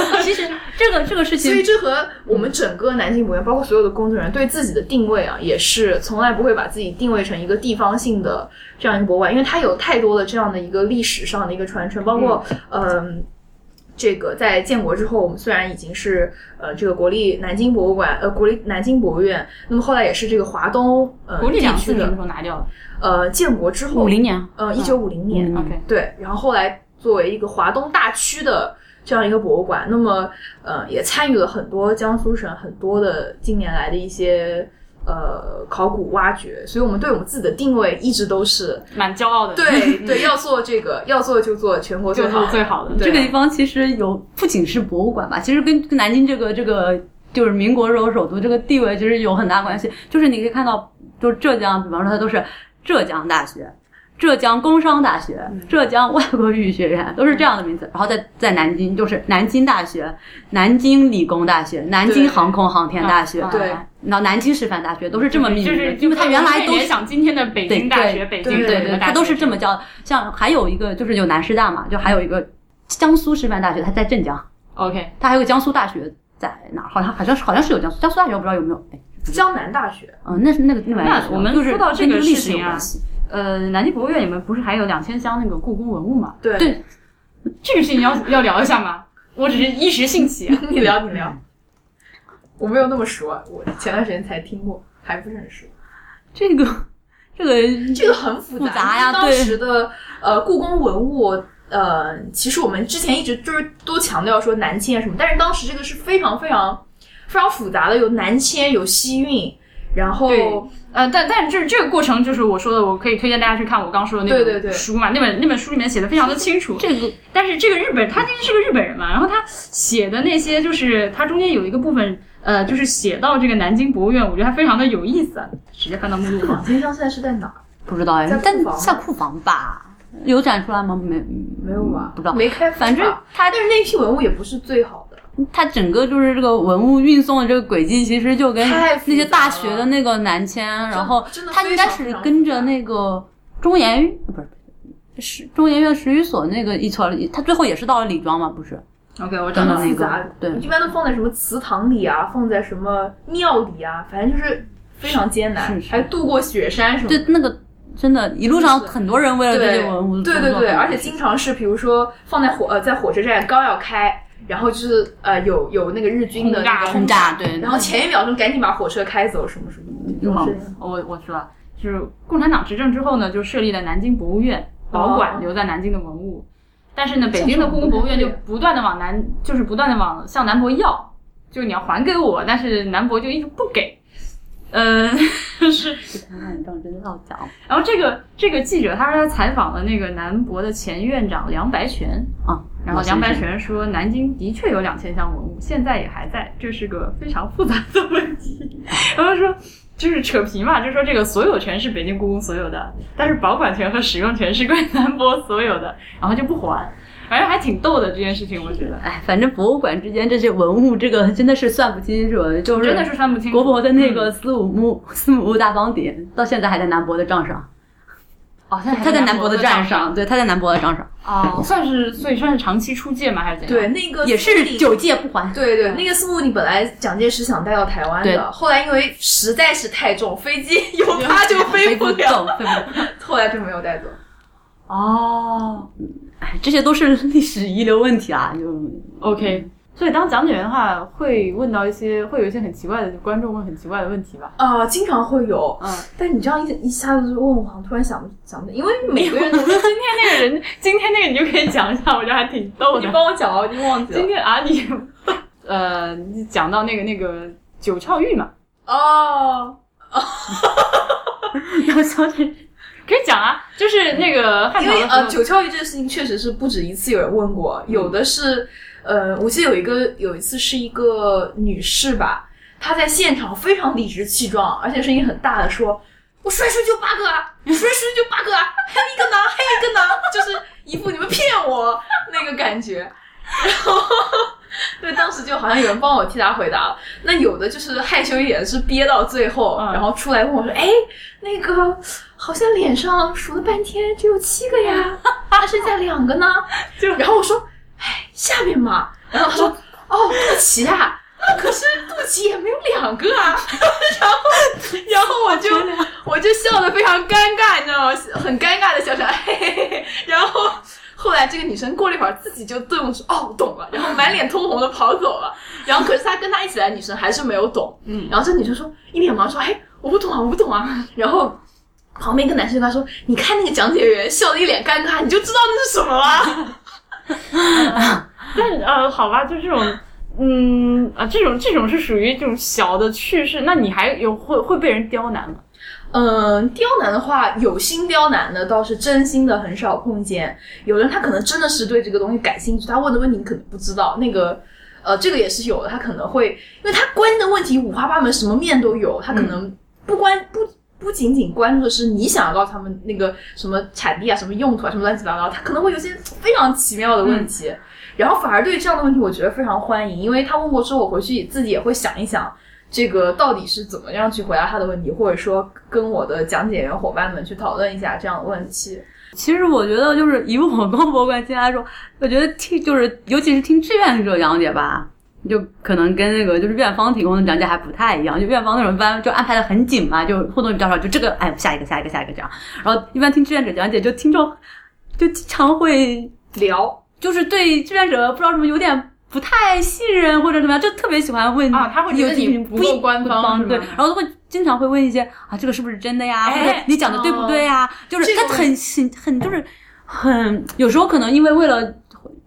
S2: 其实这个这个事
S3: 所以
S2: 情，
S3: 这和我们整个南京博物院，包括所有的工作人员对自己的定位啊，也是从来不会把自己定位成一个地方性的这样一个博物馆，因为它有太多的这样的一个历史上的一个传承，包括嗯。这个在建国之后，我们虽然已经是呃这个国立南京博物馆，呃国立南京博物院，那么后来也是这个华东呃
S1: 国立
S3: 地
S1: 两
S3: 区
S1: 次什么
S3: 的
S1: 时候拿掉了
S3: 呃建国之后，
S2: 五零年，
S3: 呃一九五零年
S2: 嗯
S1: ？OK，
S3: 对，然后后来作为一个华东大区的这样一个博物馆，那么呃也参与了很多江苏省很多的近年来的一些呃考古挖掘，所以我们对我们自己的定位一直都是
S1: 蛮骄傲的，
S3: 对对，要做这个要做就做全国
S1: 就
S3: 最好
S1: 是，最好的。
S3: 对
S2: 这个地方其实有不仅是博物馆吧，其实跟跟南京这个这个就是民国时候首都这个地位其实有很大关系。就是你可以看到，就是浙江，比方说它都是浙江大学。浙江工商大学、
S1: 嗯
S2: 浙江外国语学院都是这样的名字，然后在在南京就是南京大学、南京理工大学、南京
S3: 对
S2: 航空航天大学
S1: 啊，
S3: 对
S1: 啊
S2: 然后南京师范大学都是这么命
S1: 就
S2: 名的，
S1: 是
S2: 因为它原来都
S1: 联
S2: 是
S1: 想今天的北京大学、北京
S3: 对
S1: 什
S2: 对
S1: 么
S2: 对，
S1: 的大
S2: 它
S1: 学，
S2: 都是这么叫。像还有一个就是有南师大嘛，就还有一个江苏师范大学，它在镇江。
S1: OK，
S2: 它还有个江苏大学在哪儿？好像好像是好像是有江苏江苏大学，我不知道有没有。哎，
S3: 江南大学，
S2: 嗯、那是那个另外一个
S1: 那
S2: 学校
S1: 我们
S2: 就是
S1: 说到这
S2: 跟
S1: 个
S2: 历
S1: 事
S2: 史有
S1: 情啊
S2: 关系。
S1: 呃，南京博物院里面不是还有两千箱那个故宫文物吗？
S3: 对，
S2: 对
S1: 这个事情要要聊一下吗？我只是一时兴起啊，
S3: 你 聊你聊，我没有那么熟啊，我前段时间才听过，还不是很熟。
S2: 这个这个
S3: 这个很复杂
S2: 复杂呀
S3: 因为当
S2: 对
S3: 时的呃故宫文物，呃，其实我们之前一直就是都强调说南迁什么，但是当时这个是非常非常非常复杂的，有南迁，有西运，然后
S1: 对呃，但但这这个过程就是我说的，我可以推荐大家去看我刚说的那
S3: 对对
S1: 本
S3: 对
S1: 书嘛，那本那本书里面写的非常的清楚。
S2: 这个
S1: 但是这个日本，他其实是个日本人嘛，然后他写的那些就是他中间有一个部分，呃，就是写到这个南京博物院，我觉得他非常的有意思啊。直接翻到目录
S3: 朗
S1: 嘛，
S3: 天香现在是在哪儿？
S2: 不知道哎
S3: 在，
S2: 但
S3: 库房
S2: 在库房吧，有展出来吗？没嗯
S3: 没有吧？
S2: 不知道。
S3: 没开发。
S2: 反正
S3: 它，但是那批文物也不是最好的。
S2: 它整个就是这个文物运送的这个轨迹，其实就跟
S3: 太复杂
S2: 那些大学的那个南迁，然后
S3: 真的
S2: 它应该
S3: 非
S2: 是
S3: 常
S2: 跟着那个中研院呃不是是中研院史语所那个一撮儿，它最后也是到了李庄嘛，不是？
S1: OK，我找
S2: 真
S1: 到
S2: 的
S1: 了
S2: 那
S3: 复杂
S2: 个对。
S3: 一般都放在什么祠堂里啊，放在什么庙里啊，反正就是非常艰难，
S2: 是是
S3: 还渡过雪山什么的。
S2: 对，那个真的，一路上很多人为了这
S3: 对
S2: 些文物
S3: 对
S2: 工
S3: 对
S2: 作
S3: 对，而且经常是比如说放在火呃在火车站刚要开，然后就是呃有有那个日军的
S1: 轰炸
S3: 那个
S2: 轰炸，对，
S3: 然后前一秒钟赶紧把火车开走什么什么的这种事情。
S1: 我我说啊，就是共产党执政之后呢，就设立了南京博物院，保管
S3: 哦
S1: 留在南京的文物。但是呢，北京的故宫博物院就不断的往南，就是不断的往向南博要，就是你要还给我，但是南博就一直不给。呃， 是，
S2: 唐汉章真的要讲
S1: 然后这个这个记者他说他采访了那个南博的前院长梁白泉，
S2: 啊。
S1: 然后梁白
S2: 白
S1: 泉说南京的确有两千箱文物，现在也还在，这是个非常复杂的问题。 然后说就是扯皮嘛，就说这个所有权是北京故宫所有的，但是保管权和使用权是 归南博所有的，然后就不还，反正还挺逗的这件事情，我觉得。
S2: 哎，反正博物馆之间这些文物，这个真的是算不清楚，就是
S1: 真的是算不清嗯楚
S2: 国博的那个
S3: 嗯
S2: 司母墓、司母墓大方鼎，到现在还在南博的账上，
S1: 哦，现
S2: 它在南博的账
S1: 账
S2: 上，对，它在南博的账上，
S1: 哦，算是所以算是长期出借吗？还是怎样？
S3: 对，那呃个
S2: 也
S3: 司
S2: 是
S3: 令
S2: 九届不还。
S3: 对对，那个私募你本来蒋介石想带到台湾
S2: 对
S3: 的，后来因为实在是太重，飞机有它就飞 不
S2: 不
S3: 了，
S2: 动，对不对？
S3: 后来就没有带走。
S1: 哦
S2: 哎，这些都是历史遗留问题啊！就
S1: ，OK。所以当讲解员的话，会问到一些会有一些很奇怪的观众问很奇怪的问题吧？
S3: 啊、经常会有，
S1: 嗯，
S3: 但你这样一一下子就问我，好像突然想不想不，因为每个人都
S1: 今天那个人，今天那个你就可以讲一下，我觉得还挺逗
S3: 你
S1: 的。
S3: 帮我讲啊，我已经忘记
S1: 今
S3: 了。
S1: 天啊，你呃，你讲到那个那个九窍玉嘛，
S3: 哦，
S2: 要小点，
S1: 可以讲啊，就是那个汉
S3: 因
S1: 朝的
S3: 为
S1: 时候
S3: 呃，九窍玉这个事情确实是不止一次有人问过，
S1: 嗯
S3: 有的是，呃，我记得有一个有一次是一个女士吧，她在现场非常理直气壮，而且声音很大的说：“我摔出去就八个啊，摔出去就八个啊，还有一个呢，还有一个呢，就是一副你们骗我那个感觉。”然后，对，当时就好像有人帮我替她回答了。那有的就是害羞一点，是憋到最后，
S1: 嗯
S3: 然后出来问我说：“哎，那个好像脸上数了半天只有七个 呀，那剩下两 个呢？”
S1: 就
S3: 然后我说：“哎，下面嘛。”然后他说：“哦，肚脐啊，那可是肚脐也没有两个啊。” 然后，然后我就我就笑得非常尴尬，你知道吗？很尴尬的笑出来。嘿嘿嘿然后后来这个女生过了一会儿自己就顿悟说：“哦，懂了。”然后满脸通红的跑走了。然后可是她跟她一起来的女生还是没有懂。
S1: 嗯
S3: 然后这女生说一脸茫然说：“哎，我不懂啊，我不懂啊。”然后。旁边一个男生跟她说：“你看那个讲解员笑得一脸尴尬，你就知道那是什么了。
S1: 但呃，好吧，就这种，嗯啊，这种这种是属于这种小的趣事，那你还有会会被人刁难吗？”
S3: 嗯，刁难的话，有心刁难的倒是真心的很少碰见。有人他可能真的是对这个东西感兴趣，他问的问题你可能不知道。那个，呃，这个也是有的，他可能会，因为他关的问题五花八门，什么面都有，他可能不关、不。不仅仅关注的是你想要告诉他们那个什么产地啊、什么用途啊、什么乱七八糟，他可能会有一些非常奇妙的问题，然后反而对这样的问题我觉得非常欢迎，因为他问过之后，我回去自己也会想一想，这个到底是怎么样去回答他的问题，或者说跟我的讲解员伙伴们去讨论一下这样的问题。
S2: 其实我觉得就是以我高博关心来说， 我觉得听就是尤其是听志愿者讲解吧，就可能跟那个就是院方提供的讲解还不太一样。就院方那种班就安排的很紧嘛，就互动比较少，就这个哎下一个下一个下一个这样。然后一般听志愿者讲解，就听众就经常会
S3: 聊，
S2: 就是对志愿者不知道什么有点不太信任或者怎么样，就特别喜欢问
S1: 啊他会觉
S2: 有
S1: 得你不够官方是吗
S2: 对，然后他会经常会问一些啊这个是不是真的呀，
S3: 哎哦
S2: 或者你讲的对不对呀，就是
S3: 这
S2: 他
S3: 种
S2: 很很很就是很有时候可能因为为了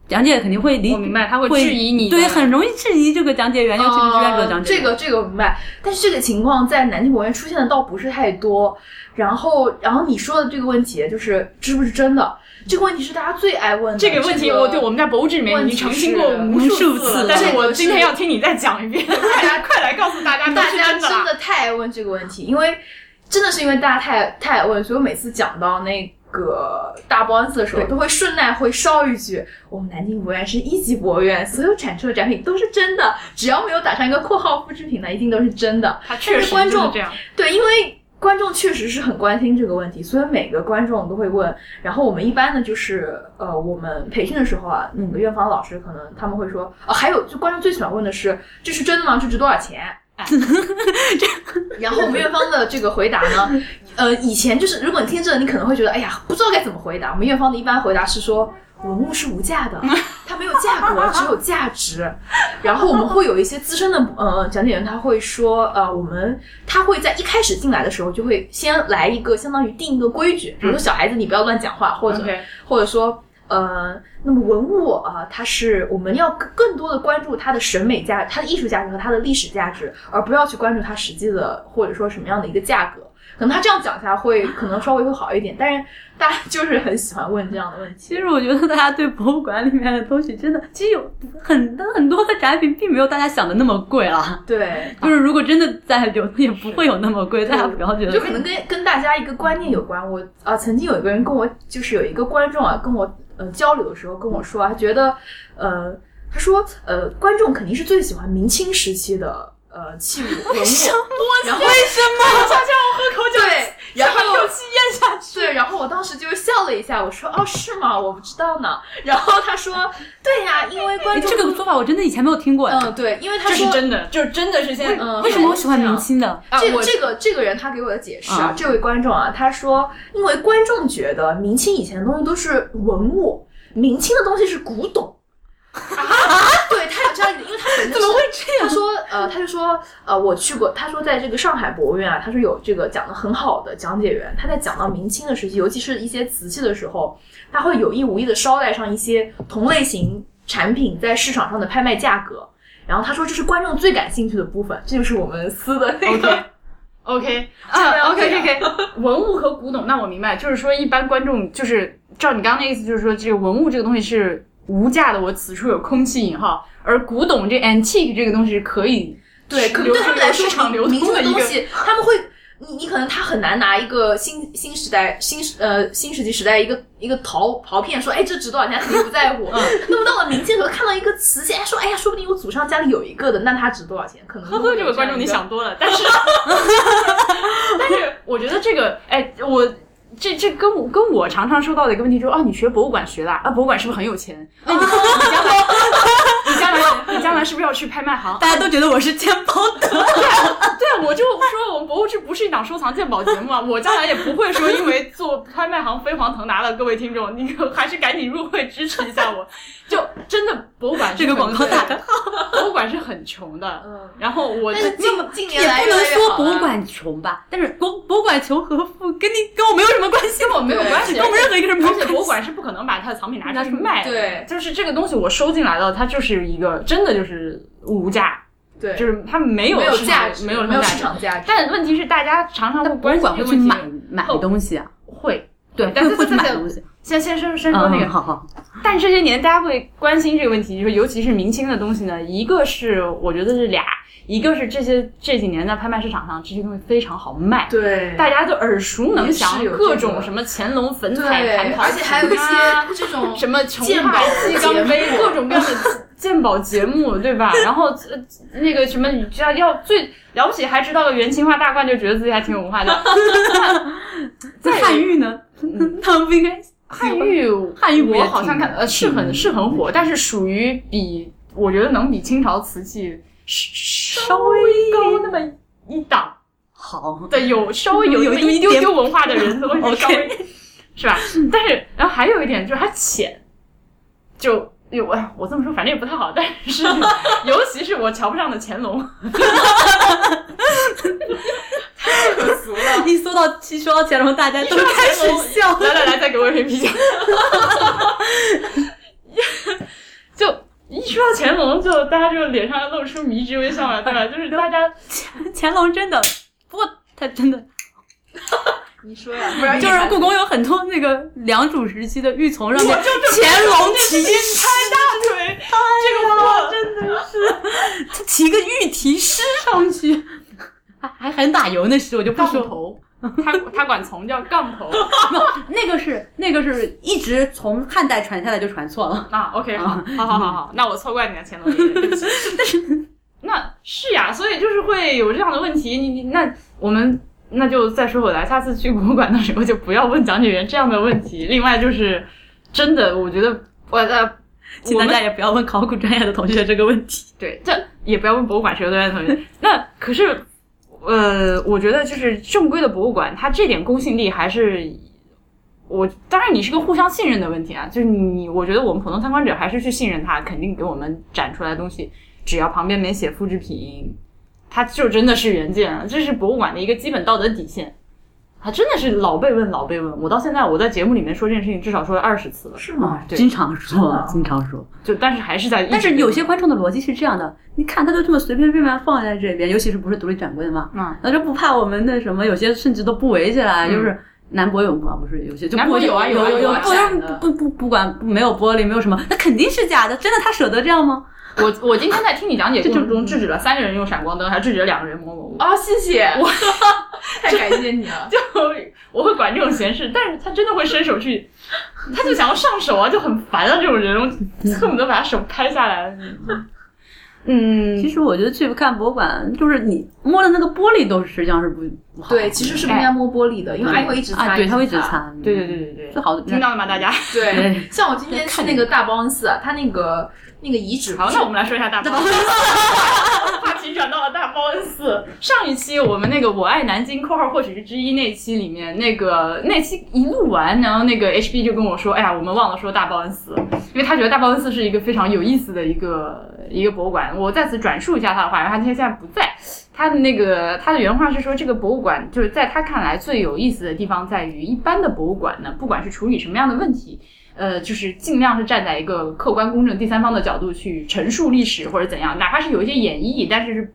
S2: 讲解肯定会理
S1: 我明白，他会
S2: 会
S1: 质疑你的，
S2: 对，很容易质疑这个讲解员，尤其是志愿者
S3: 呃
S2: 讲解
S3: 这
S2: 员。
S3: 个这个我明白，但是这个情况在南京博物院出现的倒不是太多。然后，然后你说的这个问题就是这是不是真的？这个问题是大家最爱问的。
S1: 这个问题，
S3: 个
S1: 我对我们在博物志里面已经澄清过无数
S2: 问题是
S1: 次了，但
S3: 这
S1: 是
S3: 个
S1: 我
S3: 是
S1: 今天要听你再讲一遍， 快来快来告诉大家，
S3: 大
S1: 都
S3: 家
S1: 是的啊
S3: 真
S1: 啦。
S3: 的太爱问这个问题，因为真的是因为大家太太爱问，所以我每次讲到那个大 boss 的时候，
S2: 对
S3: 都会顺带会捎一句：我们南京博物院是一级博物院，所有产出的展品都是真的，只要没有打上一个括号复制品的，一定都是真的。
S1: 他确实
S3: 观众
S1: 就是这样，
S3: 对，因为观众确实是很关心这个问题，所以每个观众都会问。然后我们一般呢，就是呃，我们培训的时候啊，那个院方老师可能他们会说，哦，还有就观众最喜欢问的是，这是真的吗？这值多少钱？哎然后我们院方的这个回答呢，呃，以前就是如果你听这个，你可能会觉得，哎呀，不知道该怎么回答。我们院方的一般回答是说，文物是无价的，它没有价格，只有价值。然后我们会有一些资深的呃讲解员，他会说，呃，我们他会在一开始进来的时候就会先来一个相当于定一个规矩，比如说小孩子你不要乱讲话，或者
S1: OK
S3: 或者说呃那么文物啊，它是我们要更更多的关注它的审美价、它的艺术价值和它的历史价值，而不要去关注它实际的或者说什么样的一个价格。可能他这样讲一下会可能稍微会好一点，但是大家就是很喜欢问这样的问题。
S2: 其实我觉得大家对博物馆里面的东西真的，其实有很多很多的展品并没有大家想的那么贵啦。
S3: 对，
S2: 就是如果真的在留，也不会有那么贵，大家不要觉得
S3: 就可能跟跟大家一个观念有关。我啊、曾经有一个人跟我，就是有一个观众啊，跟我呃交流的时候跟我说啊，他觉得呃，他说呃，观众肯定是最喜欢明清时期的呃器物文物，然后
S2: 什么？想想我喝口
S3: 对，然后
S2: 气咽下去。
S3: 对，然后我当时就笑了一下，我说哦，是吗？我不知道呢。然后他说，对呀、因为观众
S2: 哎这个说法我真的以前没有听过。
S3: 嗯，对，因为他
S1: 这
S3: 说
S1: 是真的，就是真的是现在。
S3: 嗯
S2: 为什么我喜欢明清的？
S1: 啊
S3: 这
S1: 我
S3: 这个这个人他给我的解释啊
S2: 啊，
S3: 这位观众啊，他说，因为观众觉得明清以前的东西都是文物，明清的东西是古董。啊，对他有这样一个，因为他本身怎么会这样？他说，呃，他就说，呃，我去过，他说在这个上海博物院啊，他说有这个讲的很好的讲解员，他在讲到明清的时期，尤其是一些瓷器的时候，他会有意无意的捎带上一些同类型产品在市场上的拍卖价格。然后他说这是观众最感兴趣的部分，这就是我们撕的那个
S1: OK OK
S3: 这个
S1: 啊
S3: 要
S1: ，OK 嗯 OK OK，文物和古董，那我明白，就是说一般观众就是照你刚刚那意思，就是说这个文物这个东西是无价的，我此处有空气引号，而古董这 antique 这个东西是可以
S3: 对，可能
S1: 流
S3: 对他们
S1: 通
S3: 来
S1: 于
S3: 说，
S1: 市场流
S3: 明
S1: 通
S3: 清
S1: 的
S3: 的
S1: 一
S3: 东
S1: 个
S3: 西，他们会，你你可能他很难拿一个新新时代新时呃新世纪时代一个一个陶陶片说，哎，这值多少钱？肯定不在
S1: 嗯
S3: 乎。 那么到了明清的时候，看到一个瓷器，哎，说，哎呀，说不定我祖上家里有一个的，那它值多少钱？可能
S1: 呵呵，这个观众你，想多了， 但是，但是我觉得这个，哎，我这这跟我跟我常常收到的一个问题就是，哦，你学博物馆学的啊，啊博物馆是不是很有钱？那你你将来，你将来，你将来是不是要去拍卖行？
S2: 大家都觉得我是天包的，
S1: 对啊，我就说我们博物志不是一档收藏鉴宝节目 啊，我将来也不会说因为做拍卖行飞黄腾达了。各位听众，你可还是赶紧入会支持一下我。就真的博物馆是
S2: 这个
S1: 很
S2: 广告打得
S1: 博物馆是很穷的。
S3: 嗯，
S1: 然后我
S3: 但是
S1: 就
S3: 近近
S2: 也
S3: 年来
S2: 不
S3: 越
S2: 能
S3: 来越
S2: 说
S3: 好了
S2: 博物馆穷吧，但是博博物馆穷和富跟你跟我没有什么关系，
S1: 跟我没有关系，
S2: 跟我们任何一个人没有
S1: 而
S2: 关
S1: 且
S2: 系。
S1: 博物馆是不可能把它的藏品拿出去卖的。
S3: 对
S1: 就是这个东西我收进来了，它就是一个真的就是无价，
S3: 对，
S1: 就是它没有
S3: 没有
S1: 市场
S3: 价值，
S1: 没有什么
S3: 没有
S1: 价
S3: 市
S1: 值。
S3: 场价值。
S1: 但问题是，大家常常会
S2: 博
S1: 关心这个
S2: 物馆会去
S1: 问题
S2: 买买东西啊，
S1: 会。
S2: 对，
S1: 但是
S2: 会会去
S1: 在
S2: 买东西。
S1: 先先先先说那个
S2: 嗯，，好好，
S1: 但这些年大家会关心这个问题，就是尤其是明清的东西呢，一个是我觉得是俩，一个是这些这几年在拍卖市场上这些东西非常好卖，
S3: 对
S1: 大家都耳熟能
S3: 也
S1: 详
S3: 是有，这个
S1: 各种什么乾隆粉彩啊
S3: 对，
S1: 蟠桃，
S3: 而且还有一些这 种
S1: 什么穷
S3: 鉴宝
S1: 怕鸡
S3: 节
S1: 缸杯
S3: 目
S1: 各种各样 的鉴宝节目，对 吧？然后呃那个什么，你知道要最了不起还知道个元青花大罐，就觉得自己还挺有文化的。
S2: 在汉玉呢， 他们不应该
S1: 汉玉，
S2: 汉玉不也
S1: 我
S2: 挺
S1: 好像看呃是很
S2: 嗯
S1: 是很火，但是属于比我觉得能比清朝瓷器稍
S2: 稍微
S1: 高那么一档。
S2: 好，
S1: 对，有稍微有
S2: 有
S1: 那
S2: 那
S1: 么
S2: 么
S1: 一
S2: 一
S1: 丢
S2: 点
S1: 丢文化的人，都会
S2: OK
S1: 稍微是吧？但是，然后还有一点就是它浅，就有哎，我这么说反正也不太好，但是尤其是我瞧不上的乾隆，
S3: 可俗了。
S2: 一说到一说到乾隆，大家都开始 笑。
S1: 来来来，再给我一瓶啤酒。就一说到乾隆，就大家就脸上露出迷之微笑了，对吧？就是大家
S2: 乾隆真的，不过他真的
S3: 你说呀，不然
S2: 就是故宫有很多那个良渚时期的玉琮上面，
S1: 乾隆 骑鞭拍大腿， 这个我真
S2: 他骑个玉蹄狮上去，还还很打油那狮，我就不
S1: 杠
S2: 说。
S1: 头，他他管从叫杠头
S2: 那个是那个是一直从汉代传下来就传错了，
S1: 啊，OK，好，
S2: 啊
S1: 好好好好，那我错怪你了，乾隆爷爷，对不起。那是呀，所以就是会有这样的问题。你你那我们那就再说回来，下次去博物馆的时候就不要问讲解员这样的问题。另外就是，真的，我觉得我呃，
S2: 请
S1: 我
S2: 大
S1: 们
S2: 家也不要问考古专业的同学这个问题。
S1: 对，这也不要问博物馆谁有多远的同学。 那可是，呃，我觉得就是正规的博物馆，它这点公信力还是我当然你是个互相信任的问题啊，就是你，我觉得我们普通参观者还是去信任它，肯定给我们展出来的东西，只要旁边没写啊复制品，它就真的是原件了，这是博物馆的一个基本道德底线。他真的是老被问，老被问。我到现在，我在节目里面说这件事情，至少说了二十次了。
S3: 是吗？
S1: 啊对
S2: 经常说
S3: 啊，
S2: 经常说。
S1: 就但是还是在一直被
S2: 但
S1: 问，
S2: 是有些观众的逻辑是这样的，你看他就这么随便便便放在这边，尤其是不是独立掌柜的嘛，
S1: 嗯，
S2: 那就不怕我们那什么，有些甚至都不围起来，
S1: 嗯
S2: 就是。南博有吗？不是有些就
S1: 南
S2: 不
S1: 博有啊有
S2: 有
S1: 啊
S2: 有
S1: 有啊
S2: 不
S1: 假的
S2: 不不不管没有玻璃没有什么，那肯定是假的。真的他舍得这样吗？
S1: 我我今天在听你讲解过程中，制止了三个人用闪光灯，还制止了两个人摸摸我。
S3: 哦，谢谢，我 太感谢你 了。
S1: 我会管这种闲事，但是他真的会伸手去，他就想要上手啊，就很烦啊！这种人，我恨不得把他手拍下来。嗯，
S2: 其实我觉得去看博物馆，就是你摸的那个玻璃都是实际上是不不好的。
S3: 对，其实是不应该摸玻璃的，因为
S1: 对
S3: 爱会一直擦，
S2: 啊，对，
S3: 一直
S2: 他会一直
S3: 擦。
S2: 擦。
S1: 对对对对
S2: 最
S1: 对，
S2: 好的
S1: 听到了吗，大家？
S3: 对
S2: 对，
S3: 像我今天去那个大包恩寺啊，他那个那个遗址，
S1: 好，那我们来说一下大包 恩 寺。话题转到了大包恩寺。上一期我们那个《我爱南京》（括号或许是之一）那期里面，那个那期一录完，然后那个 HB 就跟我说：“哎呀，我们忘了说大包恩寺，因为他觉得大包恩寺是一个非常有意思的一个一个博物馆。”我在此转述一下他的话，然后他今天现在不在。他的那个他的原话是说，这个博物馆就是在他看来最有意思的地方在于，一般的博物馆呢，不管是处理什么样的问题，呃，就是尽量是站在一个客观、公正、第三方的角度去陈述历史或者怎样，哪怕是有一些演绎，但是是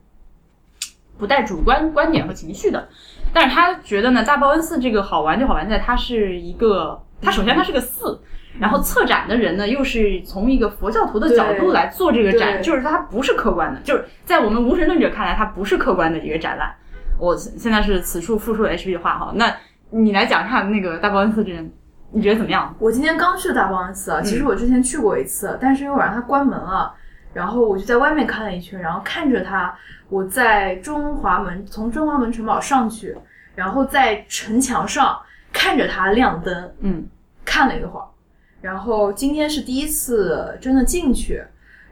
S1: 不带主观观点和情绪的。但是他觉得呢，大报恩寺这个好玩就好玩在它是一个，它首先它是个寺，然后策展的人呢又是从一个佛教徒的角度
S3: 对
S1: 来做这个展，
S3: 对
S1: 就是它不是客观的，就是在我们无神论者看来，它不是客观的一个展览。我现在是此处复述了 HB 的话哈，那你来讲一下那个大报恩寺这人，你觉得怎么样？
S3: 我今天刚去的大包恩寺啊，
S1: 嗯
S3: 其实我之前去过一次，但是因为晚上它关门了，然后我就在外面看了一圈，然后看着它，我在中华门从中华门城堡上去，然后在城墙上看着它亮灯，
S1: 嗯，
S3: 看了一会儿，然后今天是第一次真的进去，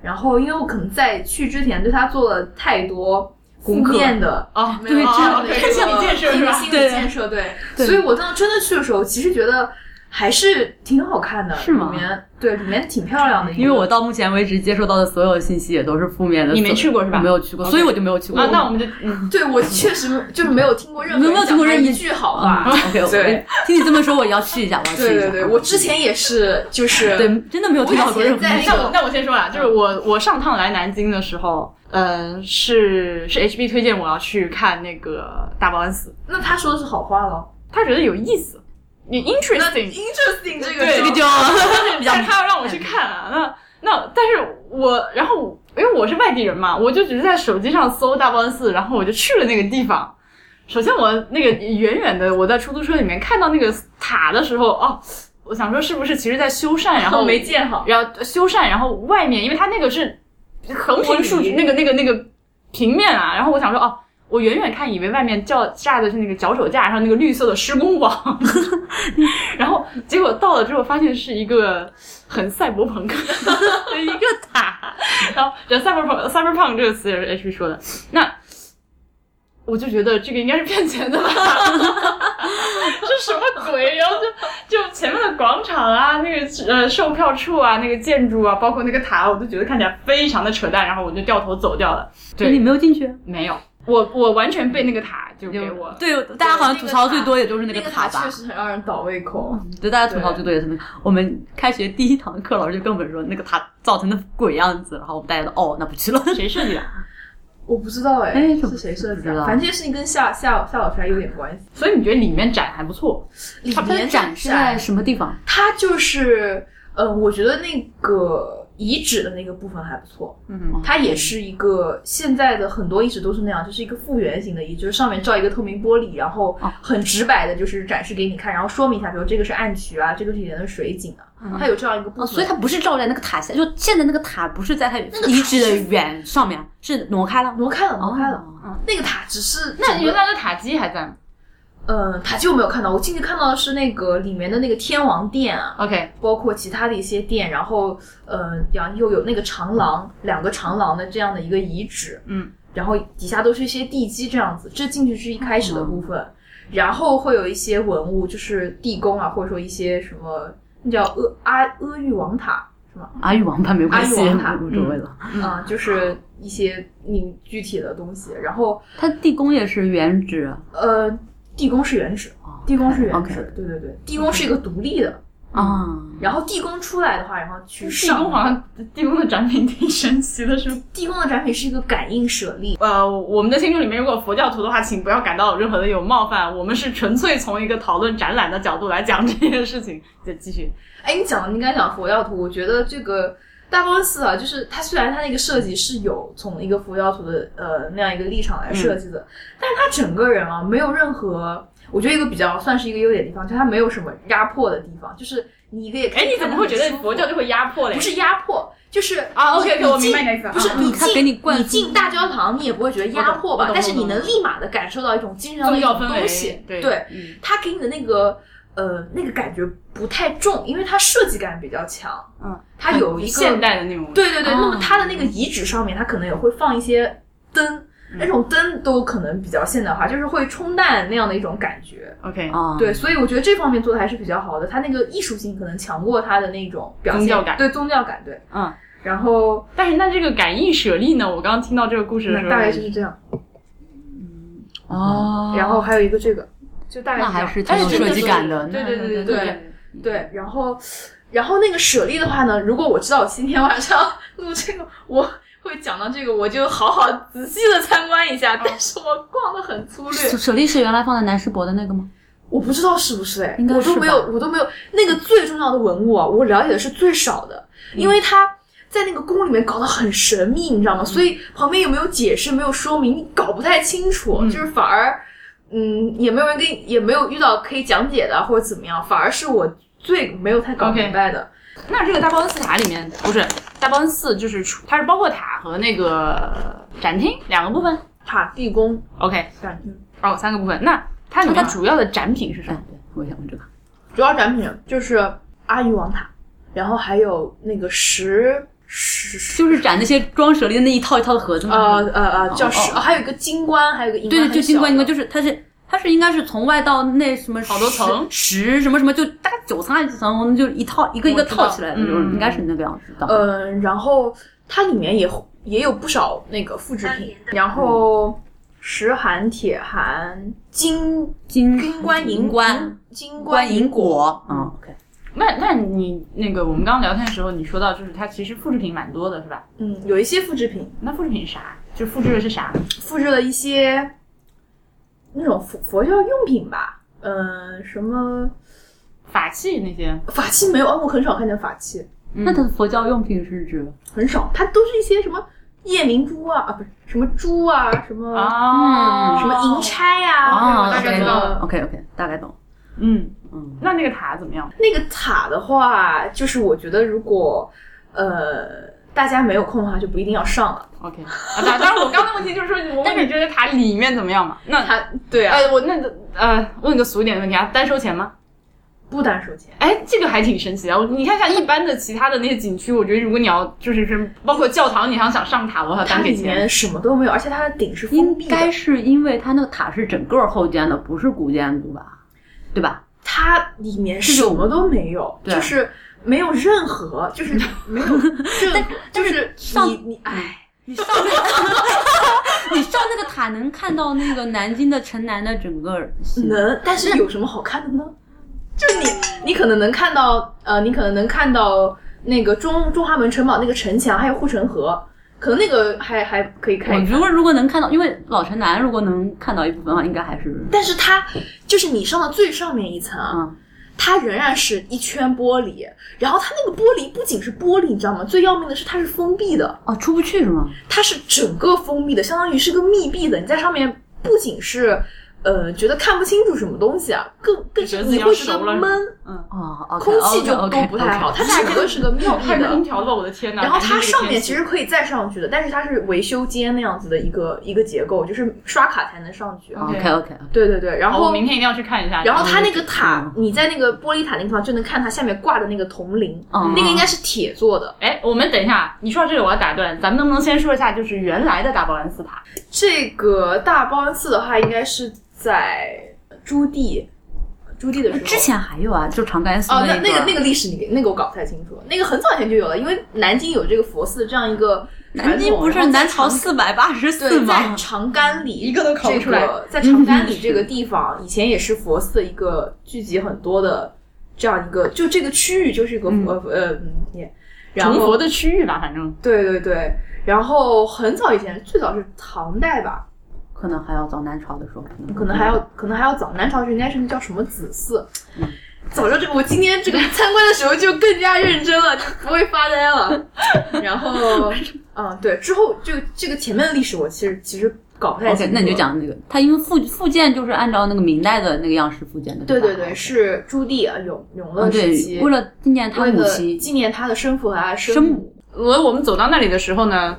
S3: 然后因为我可能在去之前对它做了太多负
S1: 功课
S3: 面的
S1: 哦，
S3: 没有
S1: 这
S3: 啊
S1: 样
S3: 没有
S1: 心理建设是吧？
S3: 心理建设对，
S2: 对
S3: 所以我当时真的去的时候，其实觉得还是挺好看的，
S2: 是吗
S3: 里面对里面挺漂亮的一个，
S2: 因为我到目前为止接收到的所有信息也都是负面的。
S1: 你没去过是吧
S2: 我没有去过，
S1: OK
S2: 所以我就没有去过。
S1: 啊，那我们就嗯，
S3: 对我确实就是没有听过任何
S2: 没有
S3: 人
S2: 听过
S3: 讲
S2: 任何
S3: 它一句好
S2: 啊
S3: 话。
S2: ，OK，我
S3: 对
S2: 听你这么说，我也要去一下，我要去
S3: 对
S2: 一下。
S3: 对对，我之前也是，就是
S2: 对真的没有听到过任
S3: 我以
S2: 何
S3: 前在
S1: 那我那我先说啊，就是我我上趟来南京的时候，呃，是是 HB 推荐我要去看那个大报恩寺，
S3: 那他说的是好话了。
S1: 他觉得有意思，你
S3: 那
S1: interesting，
S3: interesting 这个
S1: 对
S2: 这
S3: 就
S2: 个就
S1: 但是他要让我去看啊，那那但是我然后因为我是外地人嘛，我就只是在手机上搜大报恩寺，然后我就去了那个地方。首先我那个远远的我在出租车里面看到那个塔的时候，哦，我想说是不是其实在修缮，然后
S3: 没建好，
S1: 然后修缮，然后外面，因为它那个是横
S3: 玻
S1: 平
S3: 璃
S1: 竖直那个那个那个平面啊，然后我想说哦，我远远看以为外面叫架的是那个脚手架，然后那个绿色的施工网， 然后结果到了之后发现是一个很赛博朋克的一个塔， 然后这 cyberpunk cyberpunk 这个词也是 H B 说的，那我就觉得这个应该是骗钱的吧。 这什么鬼？然后就就前面的广场啊，那个呃售票处啊，那个建筑啊，包括那个塔，我都觉得看起来非常的扯淡，然后我就掉头走掉了。 对，
S2: 你没有进去。
S1: 没有，我我完全被那个塔就给我。
S2: 对，大家好像吐槽最多也就是那
S3: 那
S2: 个
S3: 个
S2: 塔
S3: 塔
S2: 吧
S3: 确。实很让人倒胃口。
S2: 对，大家吐槽最多也是那个。我们开学第一堂课，老师就跟我们说那个塔造成的鬼样子，然后我们大家都哦，那不去了。
S1: 谁设计的？
S3: 我不知道哎
S2: 哎，
S3: 是谁设计
S2: 不知
S3: 的？
S2: 道
S3: 反正这件事情跟夏夏夏老师还有点关系。
S1: 所以你觉得里面展还不错？
S3: 里
S2: 它
S3: 面
S2: 展示在什么地方？
S3: 它就是，呃，我觉得那个遗址的那个部分还不错，
S1: 嗯，
S3: 它也是一个现在的很多遗址都是那样，就是一个复原型的遗址，就是上面罩一个透明玻璃，然后
S2: 哦
S3: 很直白的，就是展示给你看，然后说明一下，比如这个是暗渠啊，这个是以前的水井啊，它有这样一个部分。
S2: 哦，所以它不是照在那个塔下，就现在那个塔不是在它遗址的远上面，啊是挪开了。
S3: 挪开了，挪开了，
S2: 哦
S3: 那个塔只是
S1: 那
S3: 整
S1: 原
S3: 个
S1: 来的塔基还在吗
S3: 呃塔就没有看到，我进去看到的是那个里面的那个天王殿啊，
S1: ？OK，
S3: 包括其他的一些店，然后呃，然后又有那个长廊，两个长廊的这样的一个遗址，
S1: 嗯，
S3: 然后底下都是一些地基这样子，这进去是一开始的部
S1: 嗯
S3: 分，然后会有一些文物，就是地宫啊，或者说一些什么，那叫阿阿阿育王塔是吗？
S2: 阿育王吧，没关系，
S3: 阿育王塔
S2: 无无所谓了。
S3: 嗯、就是一些你具体的东西，然后
S2: 它地宫也是原址，啊
S3: 呃，地宫是原址，
S2: 哦
S3: 地宫是原
S2: OK
S3: 址，对对对，地宫是一个独立的。
S2: 啊，
S3: 然后地宫出来的话，然后去
S1: 地
S3: 上
S1: 宫好像地宫的展品挺神奇的，是吗
S3: 地宫的展品是一个感应舍利，
S1: 呃，我们的听众里面如果有佛教徒的话，请不要感到有任何的有冒犯，我们是纯粹从一个讨论展览的角度来讲这件事情。就继续，
S3: 哎，你讲，你刚才讲佛教徒，我觉得这个大观寺啊，就是它虽然它那个设计是有从一个佛教徒的呃那样一个立场来设计
S1: 嗯
S3: 的，但是它整个人啊没有任何，我觉得一个比较算是一个优点的地方，就它没有什么压迫的地方，就是你一个也可以
S1: 哎，你怎么会觉得
S3: 看很舒服
S1: 佛教就会压迫嘞
S3: 不？是压迫，就是
S1: 啊，OK，OK，
S3: 你
S1: 我明白你
S3: 进
S1: 的意思
S3: 不是
S1: 啊
S3: 你
S2: 他
S3: 进
S2: 给你灌输
S3: 进大教堂，你也不会觉得压迫
S1: 我
S3: 吧
S1: 懂？
S3: 但是
S1: 我懂
S3: 你能立马的感受到一种精神上的一
S1: 宗教
S3: 种
S1: 氛围
S3: 东西，
S1: 对
S3: 对
S1: 嗯，
S3: 它给你的那个呃那个感觉不太重，因为它设计感比较强，
S4: 嗯，
S3: 它有一
S1: 现
S3: 个
S1: 代的那种，
S3: 对对对，
S2: 哦
S3: 那么它的那个遗址上面，它可能也会放一些灯。
S2: 嗯
S3: 那种灯都可能比较现代化，就是会冲淡那样的一种感觉，
S1: ，OK，
S2: 啊，
S3: 对，所以我觉得这方面做的还是比较好的，它那个艺术性可能强过它的那种表
S1: 宗
S3: 现，
S1: 教感
S3: 对宗教感，对，
S1: 嗯。
S3: 然后
S1: 但是那这个感应舍利呢？我刚刚听到这个故事的时候，嗯
S3: 大概就是这样。
S2: 哦，
S3: 然后还有一个这个，就大概
S2: 那
S3: 这
S2: 还
S3: 样
S2: 是挺
S3: 但
S2: 有
S3: 真的
S2: 设计感的，
S3: 对
S2: 那
S3: 对对对对
S2: 对
S3: 对，然后然后那个舍利的话呢，如果我知道我今天晚上录这个，我会讲到这个，我就好好仔细的参观一下。但是我逛的很粗略
S2: 舍，舍利是原来放在南师博的那个吗？
S3: 我不知道是不是哎
S2: 应，该
S3: 我
S2: 是
S3: 都
S2: 吧
S3: 没有，我都没有那个最重要的文物啊，我了解的是最少的，
S2: 嗯
S3: 因为它。在那个宫里面搞得很神秘，你知道
S2: 嗯
S3: 吗？所以旁边有没有解释、没有说明，你搞不太清楚，就是反而，嗯，也没有人跟你，也没有遇到可以讲解的或者怎么样，反而是我最没有太搞
S1: OK
S3: 明白的。
S1: 那这个大报恩寺塔里面不是大报恩寺，就是出它是包括塔和那个展厅两个部分。
S3: 塔地宫
S1: OK，
S3: 展厅
S1: 哦，三个部分。那它里面主要的展品是什
S2: 对
S1: 么？，
S2: 哎我也想问这个。
S3: 主要展品就是阿育王塔，然后还有那个石石
S2: 就是展那些装舍利的那一套一套的盒子嘛。
S3: 呃呃呃叫
S2: 嗯哦
S3: 石，还有一个金冠，还有一个银
S2: 对对，
S3: 冠很
S2: 就金冠
S3: 小
S2: 银
S3: 的
S2: 冠，就是它是它是应该是从外到内什么
S1: 好多层
S2: 十十什么什么，就大概九层还是几层，我们就一套一个一个
S1: 我知道
S2: 套起来的那种，
S1: 嗯
S2: 应该是那个样子的。
S3: 嗯，然后它里面也也有不少那个复制品，然后石函、铁函、金
S2: 金
S3: 金冠、银
S2: 银冠、
S3: 金冠、
S2: 冠
S3: 银啊
S2: 银果，嗯，OK，
S1: 那那你那个我们刚刚聊天的时候，你说到就是它其实复制品蛮多的，是吧？
S3: 嗯，有一些复制品，
S1: 那复制品是啥？就复制的是啥？
S3: 复制了一些那种佛佛教用品吧，嗯，什么
S1: 法器那些？嗯
S3: 法器没有，哦我很少看见法器，
S2: 那它的佛教用品是指
S3: 很少，它都是一些什么夜明珠啊啊，不是什么珠啊，什么、
S1: 哦，
S3: 嗯什么银钗啊，
S2: 啊
S3: 大概
S1: 知
S3: 知
S1: 道
S3: 道
S1: 了
S3: 了。
S2: ，OK OK，大概懂。
S1: 嗯，
S2: 嗯，
S1: 那那个塔怎么样？
S3: 那个塔的话，就是我觉得如果呃大家没有空的话，就不一定要上了。
S1: OK，啊，当当然，我刚刚的问题就是说，我问你这个塔里面怎么样嘛？那
S3: 它对啊，
S1: 呃，我那呃，问个俗一点的问题啊，单收钱吗？
S3: 不单收钱。
S1: 哎，这个还挺神奇啊！我你看像一般的其他的那些景区，我觉得如果你要就是是包括教堂，你还想上塔，我还要
S3: 它
S1: 单给
S3: 里
S1: 钱。
S3: 面什么都没有，而且它的顶是封
S2: 应
S3: 闭
S2: 该
S3: 的。
S2: 是因为它那个塔是整个后建的，不是古建筑吧？对吧？
S3: 它里面什么都没有，
S2: 对
S3: 就是没有任何，就是没有任何，就是
S2: 上
S3: 你你哎，
S2: 你上那个，你上那个塔能看到那个南京的城南的整个形
S3: 能，但是有什么好看的呢？就你你可能能看到呃，你可能能看到那个中中华门城堡那个城墙，还有护城河，可能那个还还可以看一
S2: 我
S3: 看。
S2: 觉得如果能看到，因为老城南如果能看到一部分的话，应该还是
S3: 但是它就是你上到最上面一层，啊，
S2: 嗯
S3: 它仍然是一圈玻璃，然后它那个玻璃不仅是玻璃，你知道吗？最要命的是它是封闭的，
S2: 哦出不去是吗？
S3: 它是整个封闭的，相当于是个密闭的。你在上面不仅是呃觉得看不清楚什么东西啊，更更
S1: 觉得
S3: 是
S1: 自己
S3: 你
S1: 要
S3: 会觉得
S1: 熟了是吧
S3: 闷，
S2: 哦，OK，
S3: 空气就
S2: OK，
S3: 都
S2: OK，
S3: 不太好，它
S2: OK
S3: 整个是个密闭
S1: 开空
S3: 的。
S1: 调吧，我的天哪！
S3: 然后它
S1: 感觉这个
S3: 上面
S1: 天
S3: 其
S1: 气
S3: 实可以再上去的，但是它是维修间那样子的一个一个结构，就是刷卡才能上去。
S1: OK
S2: OK OK，
S3: 对对对，然
S1: 好哦我
S3: 后
S1: 明天一定要去看一下。
S3: 然后它那个塔
S2: 嗯，
S3: 你在那个玻璃塔那个地方就能看它下面挂的那个铜铃，
S2: 哦
S3: 那个应该是铁做的。
S1: 哎，我们等一下，你说到这里我要打断，咱们能不能先说一下就是原来的大报恩寺塔？
S3: 这个大报恩寺的话，应该是在朱棣，朱棣的时候。
S2: 之前还有啊，就长干寺
S3: 哦，那
S2: 那
S3: 那个那
S2: 个
S3: 个历史你那个我搞不太清楚，那个很早以前就有了，因为南京有这个佛寺这样一个
S2: 南京不是南朝四百八十四
S3: 对，在
S2: 吗？
S3: 长干里
S1: 一个都考不出来
S3: 这个在 长干里这个地方，以前也是佛寺的一个聚集很多的这样一个，就这个区域就是一个佛、呃嗯也，然
S1: 成
S3: 后
S1: 佛的区域吧，反正
S3: 对对对，然后很早以前，最早是唐代吧，
S2: 可能还要早南朝的时候，可能
S3: 可能还要
S2: 嗯
S3: 可能还要早，南朝是应该是叫什么子嗣。早知道这个，我今天这个参观的时候就更加认真了，就不会发 呆了。然后，嗯，对，之后这个这个前面的历史我其实其实搞不太
S2: OK，
S3: 清楚。
S2: 那你就。讲那个，它因为复复建就是按照那个明代的那个样式复建的，
S3: 对
S2: 吧
S3: 对对，是朱棣啊，永永乐
S2: 嗯
S3: 时
S2: 对，
S3: 期，
S2: 为了纪念他
S3: 为
S2: 母
S3: 了
S2: 亲，
S3: 纪念他的生父和他的
S2: 生
S3: 母。
S1: 呃我我们走到那里的时候呢，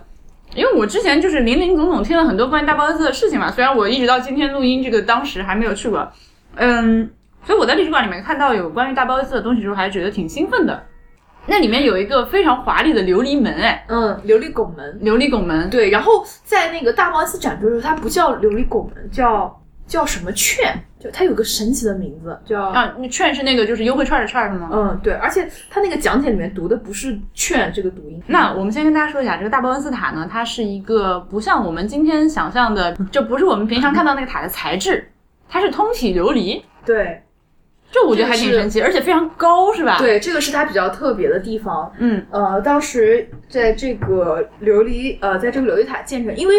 S1: 因为我之前就是林林总总听了很多关于大包子的事情嘛，虽然我一直到今天录音这个当时还没有去过，嗯，所以我在历史馆里面看到有关于大包子的东西的时候，还觉得挺兴奋的。那里面有一个非常华丽的琉璃门，哎，
S3: 嗯，琉璃拱门。
S1: 琉璃拱门，
S3: 对，然后在那个大貌寺展出的时候，它不叫琉璃拱门，叫叫什么券，就它有个神奇的名字，叫
S1: 啊，那券是那个就是优惠券的券是吗？
S3: 嗯，对，而且他那个讲解里面读的不是“券”这个读音，
S1: 那我们先跟大家说一下，这个大报恩寺塔呢，它是一个不像我们今天想象的，就不是我们平常看到那个塔的材质，它是通体琉璃，
S3: 对
S1: 这我觉得还挺神奇，而且非常高，是吧？，
S3: 对，这个是它比较特别的地方。
S1: 嗯，
S3: 呃，当时在这个琉璃，呃，在这个琉璃塔建成，因为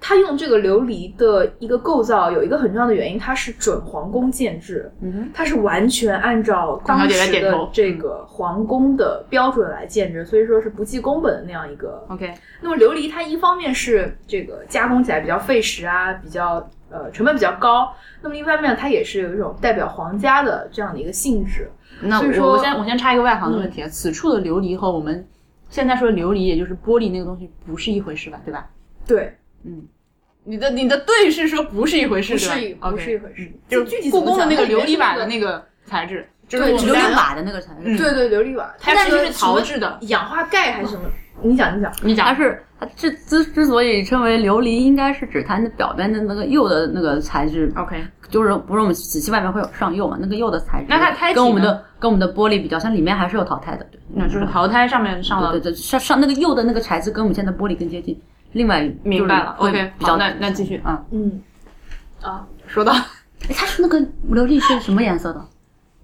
S3: 它用这个琉璃的一个构造，有一个很重要的原因，它是准皇宫建制，
S1: 嗯哼，
S3: 它是完全按照
S1: 小
S3: 当
S1: 姐在
S3: 时
S1: 点
S3: 的
S1: 头嗯
S3: 这个皇宫的标准来建制，所以说是不计工本的那样一个
S1: OK，
S3: 那么琉璃它一方面是这个加工起来比较费时啊，比较呃成本比较高，那么一方面它也是有一种代表皇家的这样的一个性质。
S1: 那
S3: 所以
S1: 我
S3: 说
S1: 我先我先插一个外行的问题啊，此处的琉璃和我们现在说的琉璃，也就是玻璃那个东西，不是一回事吧？对吧？
S3: 对，
S1: 你的你的对是说不是一回事，
S3: 不是一
S1: 对吧
S3: 不是一
S1: OK，
S3: 回事
S1: 嗯。就
S3: 具
S1: 是
S3: 体
S1: 故宫的那个琉璃瓦的
S3: 个，
S1: 那个材质，就是
S3: 对
S1: 我
S2: 琉
S1: 们
S3: 琉
S2: 璃
S1: 家，
S2: 瓦的那个材质，
S1: 嗯
S3: 对对琉璃瓦，
S1: 它
S3: 它
S1: 其实
S3: 那
S1: 是
S3: 个
S1: 陶
S3: 什么
S1: 制的。
S3: 氧化钙还是什么？你讲你讲，
S1: 你讲
S2: 它，是它之之之所以称为琉璃，应该是指它那表面的那个釉的那个材质
S1: OK，
S2: 就是不是我们瓷器外面会有上釉嘛？那个釉的材质，
S1: 那它胎体呢
S2: 跟我们的跟我们的玻璃比较，像里面还是有淘汰的，对
S1: 那就是淘胎上面上
S3: 啊
S1: 了
S2: 对对对，上上那个釉的那个材质跟我们现在的玻璃更接近。另外，
S1: 明白了
S2: 就是会
S1: ，OK，
S2: 比较
S1: 好，那那继续啊，
S3: 嗯，
S1: 说到
S2: 哎它是那个琉璃是什么颜色的？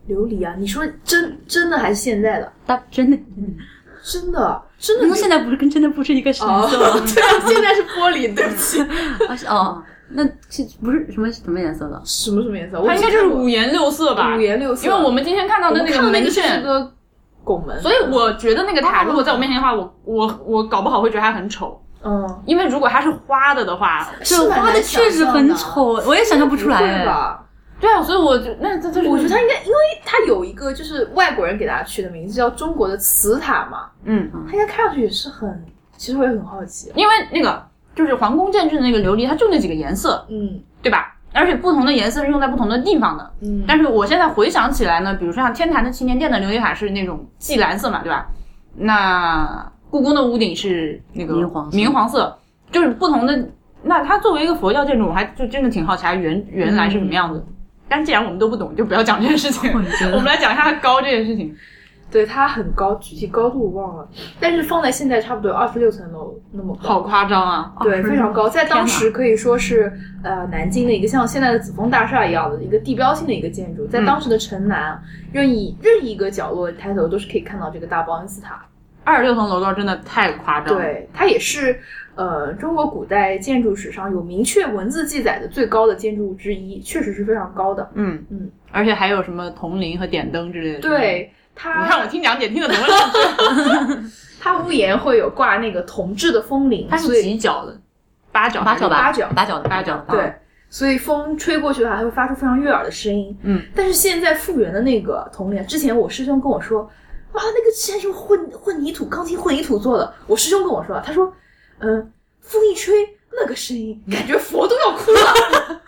S3: 琉璃啊，你说真真的还是现在的？
S2: 它真的，
S3: 真的真的
S2: 那
S3: 琉，
S2: 现在不是跟真的不是一个颜
S3: 哦，
S2: 色吗？
S3: 对啊，现在是玻璃，对不起，
S2: 啊是哦，那是不是什么什么颜色的？
S3: 什么什么颜色？我
S1: 它应该就是
S3: 看过
S1: 五颜六色吧
S3: 五，颜六色，
S1: 因为我们今天看到的
S3: 我
S1: 那
S3: 看
S1: 个
S3: 到那
S1: 门
S3: 个是
S1: 券，
S3: 个拱门，
S1: 所以我觉得那个塔
S3: 哦
S1: 如果在我面前的话，我我我搞不好会觉得它很丑，
S3: 嗯，
S1: 因为如果它是花的的话，
S2: 这花的确实很，丑，我也想象不出
S3: 不会
S2: 来。哎
S3: 吧？
S1: 对啊，所以我就那这就是
S3: 我觉得它应该，因为它有一个就是外国人给它取的名字叫中国的瓷塔嘛，
S1: 嗯，
S3: 它应该看上去也是很，其实我也很好奇，啊
S1: 因为那个就是皇宫建制的那个琉璃，它就那几个颜色，
S3: 嗯
S1: 对吧？而且不同的颜色是用在不同的地方的。
S3: 嗯，
S1: 但是我现在回想起来呢，比如说像天坛的祈年殿的琉璃塔是那种霁蓝色嘛，对吧？那故宫的屋顶是那个
S2: 明黄色
S1: 明黄色，就是不同的。那它作为一个佛教建筑，我还就真的挺好奇它原原来是什么样
S2: 嗯
S1: 子。但既然我们都不懂，就不要讲这件事 情。
S2: 我觉
S1: 我们
S2: 得
S1: 来讲一下它高这件事情。
S3: 对它很高，具体高度我忘了，但是放在现在差不多二十六层楼那么高。
S1: 好夸张啊！
S3: 对，非常高，在当时
S2: 天
S3: 可以说是呃南京的一个像现在的紫峰大厦一样的一个地标性的一个建筑，在
S1: 嗯
S3: 当时的城南，任意任意一个角落抬头都是可以看到这个大报恩寺塔。
S1: 二十六层楼高真的太夸张了。，
S3: 对，它也是呃中国古代建筑史上有明确文字记载的最高的建筑物之一，确实是非常高的。
S1: 嗯
S3: 嗯，
S1: 而且还有什么铜铃和点灯之类的。，
S3: 对
S1: 你看我
S3: 它，
S1: 听讲解听得懂 了。
S3: 它屋檐会有挂那个铜制的风铃，
S1: 它
S3: 所
S1: 是
S3: 以
S1: 几角的？八角还
S2: 八
S1: 是
S2: 角吧，
S3: 八角
S2: 八角的，
S1: 八角
S2: 的，啊
S3: 对，所以风吹过去的话，还会发出非常悦耳的声音。
S1: 嗯，
S3: 但是现在复原的那个铜铃，啊之前我师兄跟我说，哇，那个之前是混混凝土钢筋混凝土做的。我师兄跟我说，他说，嗯、风一吹那个声音，感觉佛都要 哭了。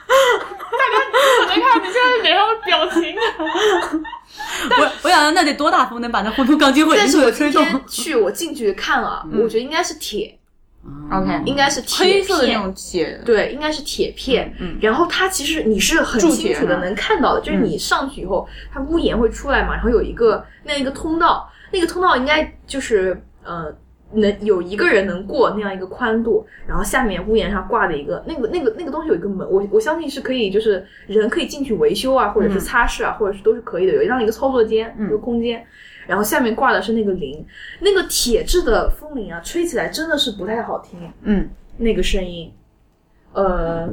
S1: 我能看到你现在脸上的表情啊！
S2: 我我想那得多大风能把那混凝土钢筋混
S3: 但
S2: 凝
S3: 是
S2: 土
S3: 我
S2: 给吹
S3: 今
S2: 动
S3: 天去，我进去看了，我觉得应该是铁，嗯
S1: OK
S3: 应该是铁
S1: 嗯黑色的那
S3: 片
S1: 种铁，
S3: 对，应该是铁片。
S1: 嗯嗯
S3: 然后它其实你是很
S1: 铸
S3: 清
S1: 铁
S3: 楚的
S1: 呢嗯
S3: 能看到的，就是你上去以后，它屋檐会出来嘛，然后有一个那样一个通道，那个通道应该就是呃能有一个人能过那样一个宽度，然后下面屋檐上挂的一个那个那个那个东西有一个门，我我相信是可以，就是人可以进去维修啊，或者
S1: 嗯
S3: 是擦拭啊，或者是都是可以的，有这样一个操作间，一个空间。然后下面挂的是那个铃，那个铁质的风铃啊，吹起来真的是不太好听，
S2: 嗯，
S3: 那个声音，呃，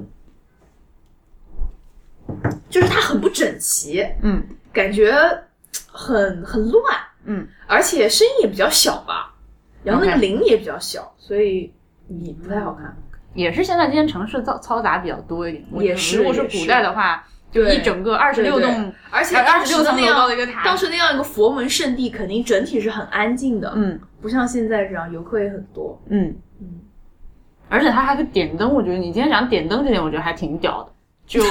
S3: 就是它很不整齐，
S2: 嗯，
S3: 感觉很很乱，
S2: 嗯，
S3: 而且声音也比较小吧，然后那个
S2: OK
S3: 铃也比较小，所以你不太好看。
S1: 也是现在今天城市嘈嘈杂比较多一点。我
S3: 也是
S1: 如果是
S3: 也是
S1: 古代的话，就
S3: 对
S1: 一整个二十六
S3: 对对
S1: 栋，
S3: 而且
S1: 二
S3: 当
S1: 十
S3: 时
S1: 六
S3: 的
S1: 层
S3: 那
S1: 楼高的
S3: 样，
S1: 一个塔，
S3: 当时那样一个佛门圣地，肯定整体是很安静的，
S2: 嗯
S3: 不像现在这样游客也很多。
S2: 嗯，
S3: 嗯，
S1: 而且它还可以点灯。我觉得你今天讲点灯这点，我觉得还挺屌的。就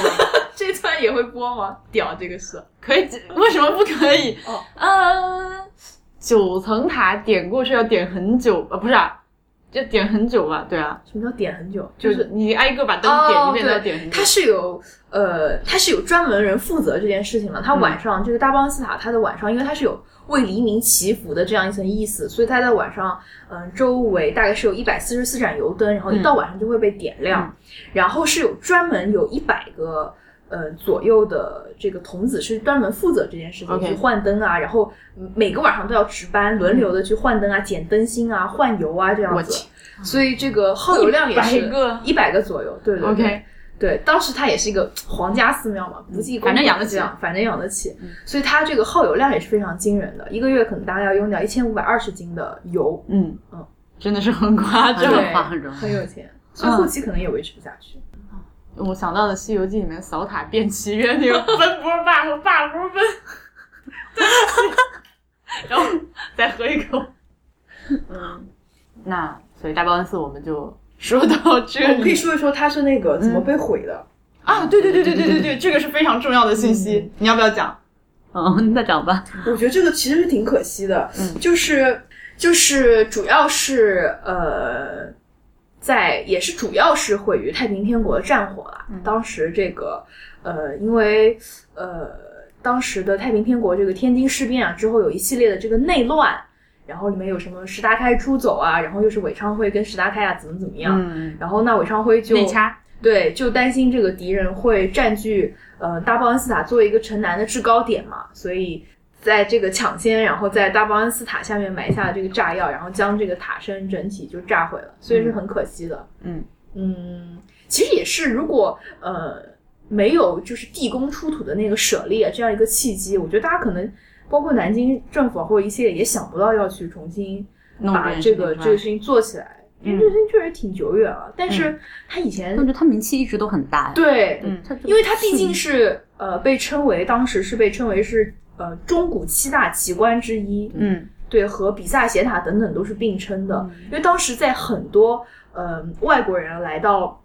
S3: 这段也会播吗？屌，这个是
S1: 可以，为什么不可以？
S3: 哦，
S1: 呃，九层塔点过去要点很久，呃，不是啊，就点很久吧？对啊，
S3: 什么叫点很久？
S1: 就
S3: 就是
S1: 是你挨个把灯点
S3: 哦
S1: 一遍都要
S3: 对
S1: 点很久
S3: 它。是有呃，它是有专门人负责这件事情的。它
S1: 嗯
S3: 晚上、这个大邦斯塔，它的晚上，因为它是有为黎明祈福的这样一层意思，所以它在晚上，嗯、周围大概是有一百四十四盏油灯，然后一到
S1: 嗯
S3: 晚上就会被点亮，然后是有专门有一百个。呃，左右的这个童子是专门负责这件事情
S1: OK
S3: 去换灯啊，然后每个晚上都要值班，轮流的去换灯啊、捡灯芯啊、换油啊这样
S1: 我
S3: 子
S1: 去，
S3: 所以这个耗油量也是
S1: 100个
S3: 一百个左右，对对对
S1: OK，
S3: 对，当时它也是一个皇家寺庙嘛，不计
S1: 嗯
S3: 功
S1: 反正
S3: 德
S1: 养得
S3: 这
S1: 起嗯
S3: 样，反正养得起，所以它这个耗油量也是非常惊人的，一个月可能大概要用掉一千五百二十斤的油，
S2: 嗯，
S1: 真的是很夸
S2: 这
S1: 张。
S2: 个
S3: 对
S2: 话很重要
S3: 很有钱，
S1: 嗯
S3: 所以后期可能也维持不下去。
S1: 我想到了《西游记》里面扫塔变契约那个奔波霸和霸波奔，对不起，然后再喝一口。嗯，那所以大报恩寺我们就说到这
S3: 哦我可以
S1: 里
S3: 说一说它是那个怎么被毁的，
S1: 啊，对对对对对对对，这个是非常重要的信息，你要不要讲？
S2: 嗯，那讲吧，
S3: 我觉得这个其实是挺可惜的，就是就是主要是呃，在也是主要是毁于太平天国的战火啦。当时这个呃，因为呃，当时的太平天国这个天津事变啊之后，有一系列的这个内乱。然后里面有什么石达开出走啊，然后又是韦昌辉跟石达开啊怎么怎么样，
S1: 嗯，
S3: 然后那韦昌辉就
S1: 内插，
S3: 对，就担心这个敌人会占据呃大报恩斯塔作为一个城南的制高点嘛，所以在这个抢先，然后在大报恩斯塔下面埋下了这个炸药，然后将这个塔身整体就炸毁了，所以是很可惜的。
S2: 嗯
S3: 嗯，其实也是，如果呃没有就是地宫出土的那个舍利啊这样一个契机，我觉得大家可能包括南京政府啊或者一些也想不到要去重新
S1: 弄
S3: 把
S1: 件
S3: 这
S1: 事
S3: 个
S1: 情
S3: 这个事情做起来，因为这个事情确实挺久远了，但是它以前
S2: 但我觉得他名气一直都很大呀，
S3: 对，
S1: 嗯
S2: 他就，
S3: 因为它毕竟是呃被称为当时是被称为是呃中古七大奇观之一，
S1: 嗯，
S3: 对，和比萨斜塔等等都是并称的。因为当时在很多呃外国人来到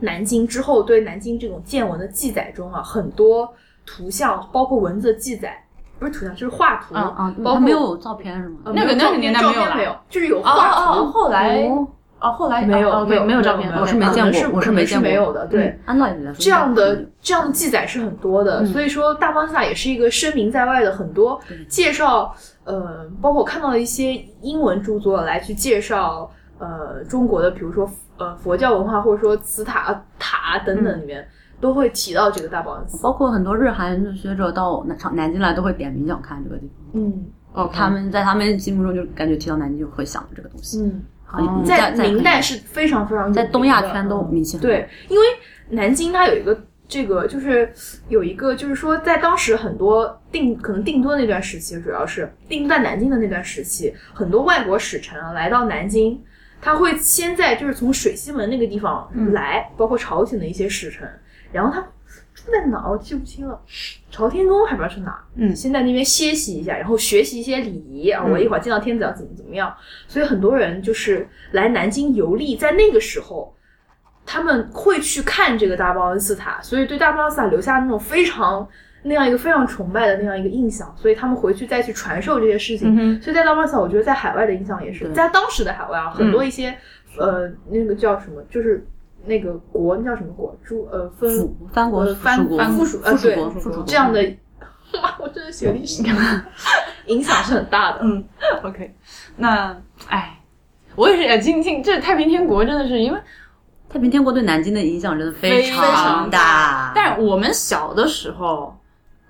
S3: 南京之后，对南京这种见闻的记载中啊，很多图像包括文字的记载，不是图像就是画图，
S1: 啊
S2: 啊，他
S3: 包括
S2: 没有照片是吗？
S3: 呃
S1: 那个
S3: 没
S1: 那
S3: 有
S1: 个年代
S3: 照
S1: 没有
S3: 片
S1: 了
S3: 没有，就是有
S1: 哦
S3: 画
S1: 哦
S3: 图
S1: 哦，。后来
S2: 哦
S1: 哦后来
S3: 没有
S1: 哦
S3: 哎没
S1: 对没
S3: 有
S1: 有
S3: 没有
S1: 照片
S3: 没，有
S2: 我是没
S3: 可
S2: 见
S3: 能
S2: 过
S3: 是，
S2: 我
S3: 可能
S2: 没
S3: 是
S2: 见过，
S3: 没有的对
S2: 嗯，按道理来说嗯
S3: 这样的这样的记载是很多的，所以说大方萨也是一个声名在外的很多介绍，呃，包括我看到了一些英文著作来去介绍呃中国的，比如说呃佛教文化或者说祠塔塔等
S2: 嗯
S3: 等里面、都会提到这个大报恩寺，
S2: 包括很多日韩的学者到南南京来都会点名想看这个地方，
S3: 嗯
S1: 哦
S2: 他们在他们心目中就感觉提到南京就会想这个东西。
S3: 嗯，
S2: 嗯
S3: 在明代是非常非常有
S2: 在东亚
S3: 名的
S2: 圈都
S3: 嗯
S2: 名气很
S3: 对，因为南京它有一个这个，就是有一个，就是说在当时很多定可能定都那段时期，主要是定都在南京的那段时期，很多外国使臣啊来到南京，他会先在就是从水西门那个地方来，包括朝鲜的一些使臣，然后他。住在哪儿我记不清了，朝天宫还不知道是哪儿。
S1: 嗯
S3: 先在那边歇息一下，然后学习一些礼仪啊。我一会儿见到天子要怎么怎么样，所以很多人就是来南京游历，在那个时候，他们会去看这个大报恩寺塔，所以对大报恩寺塔留下那种非常那样一个非常崇拜的那样一个印象，所以他们回去再去传授这些事情。
S1: 嗯
S3: 所以在大报恩寺塔，我觉得在海外的影响也是，
S2: 对
S3: 在当时的海外啊，很多一些、呃那个叫什么，就是那个国那叫什么国，诸呃分
S2: 腐藩国
S3: 呃、藩
S2: 属国
S3: 藩附属呃
S2: 附属
S3: 对
S2: 国附属国
S3: 这样的， 哇，我真的
S1: 嗯
S3: 学历史，影响是很大的。
S1: ，OK，那哎，我也是，哎，今今这太平天国真的是因为，
S2: 太平天国对南京的影响真的
S1: 非
S2: 常
S1: 常
S2: 大，
S1: 但是我们小的时候，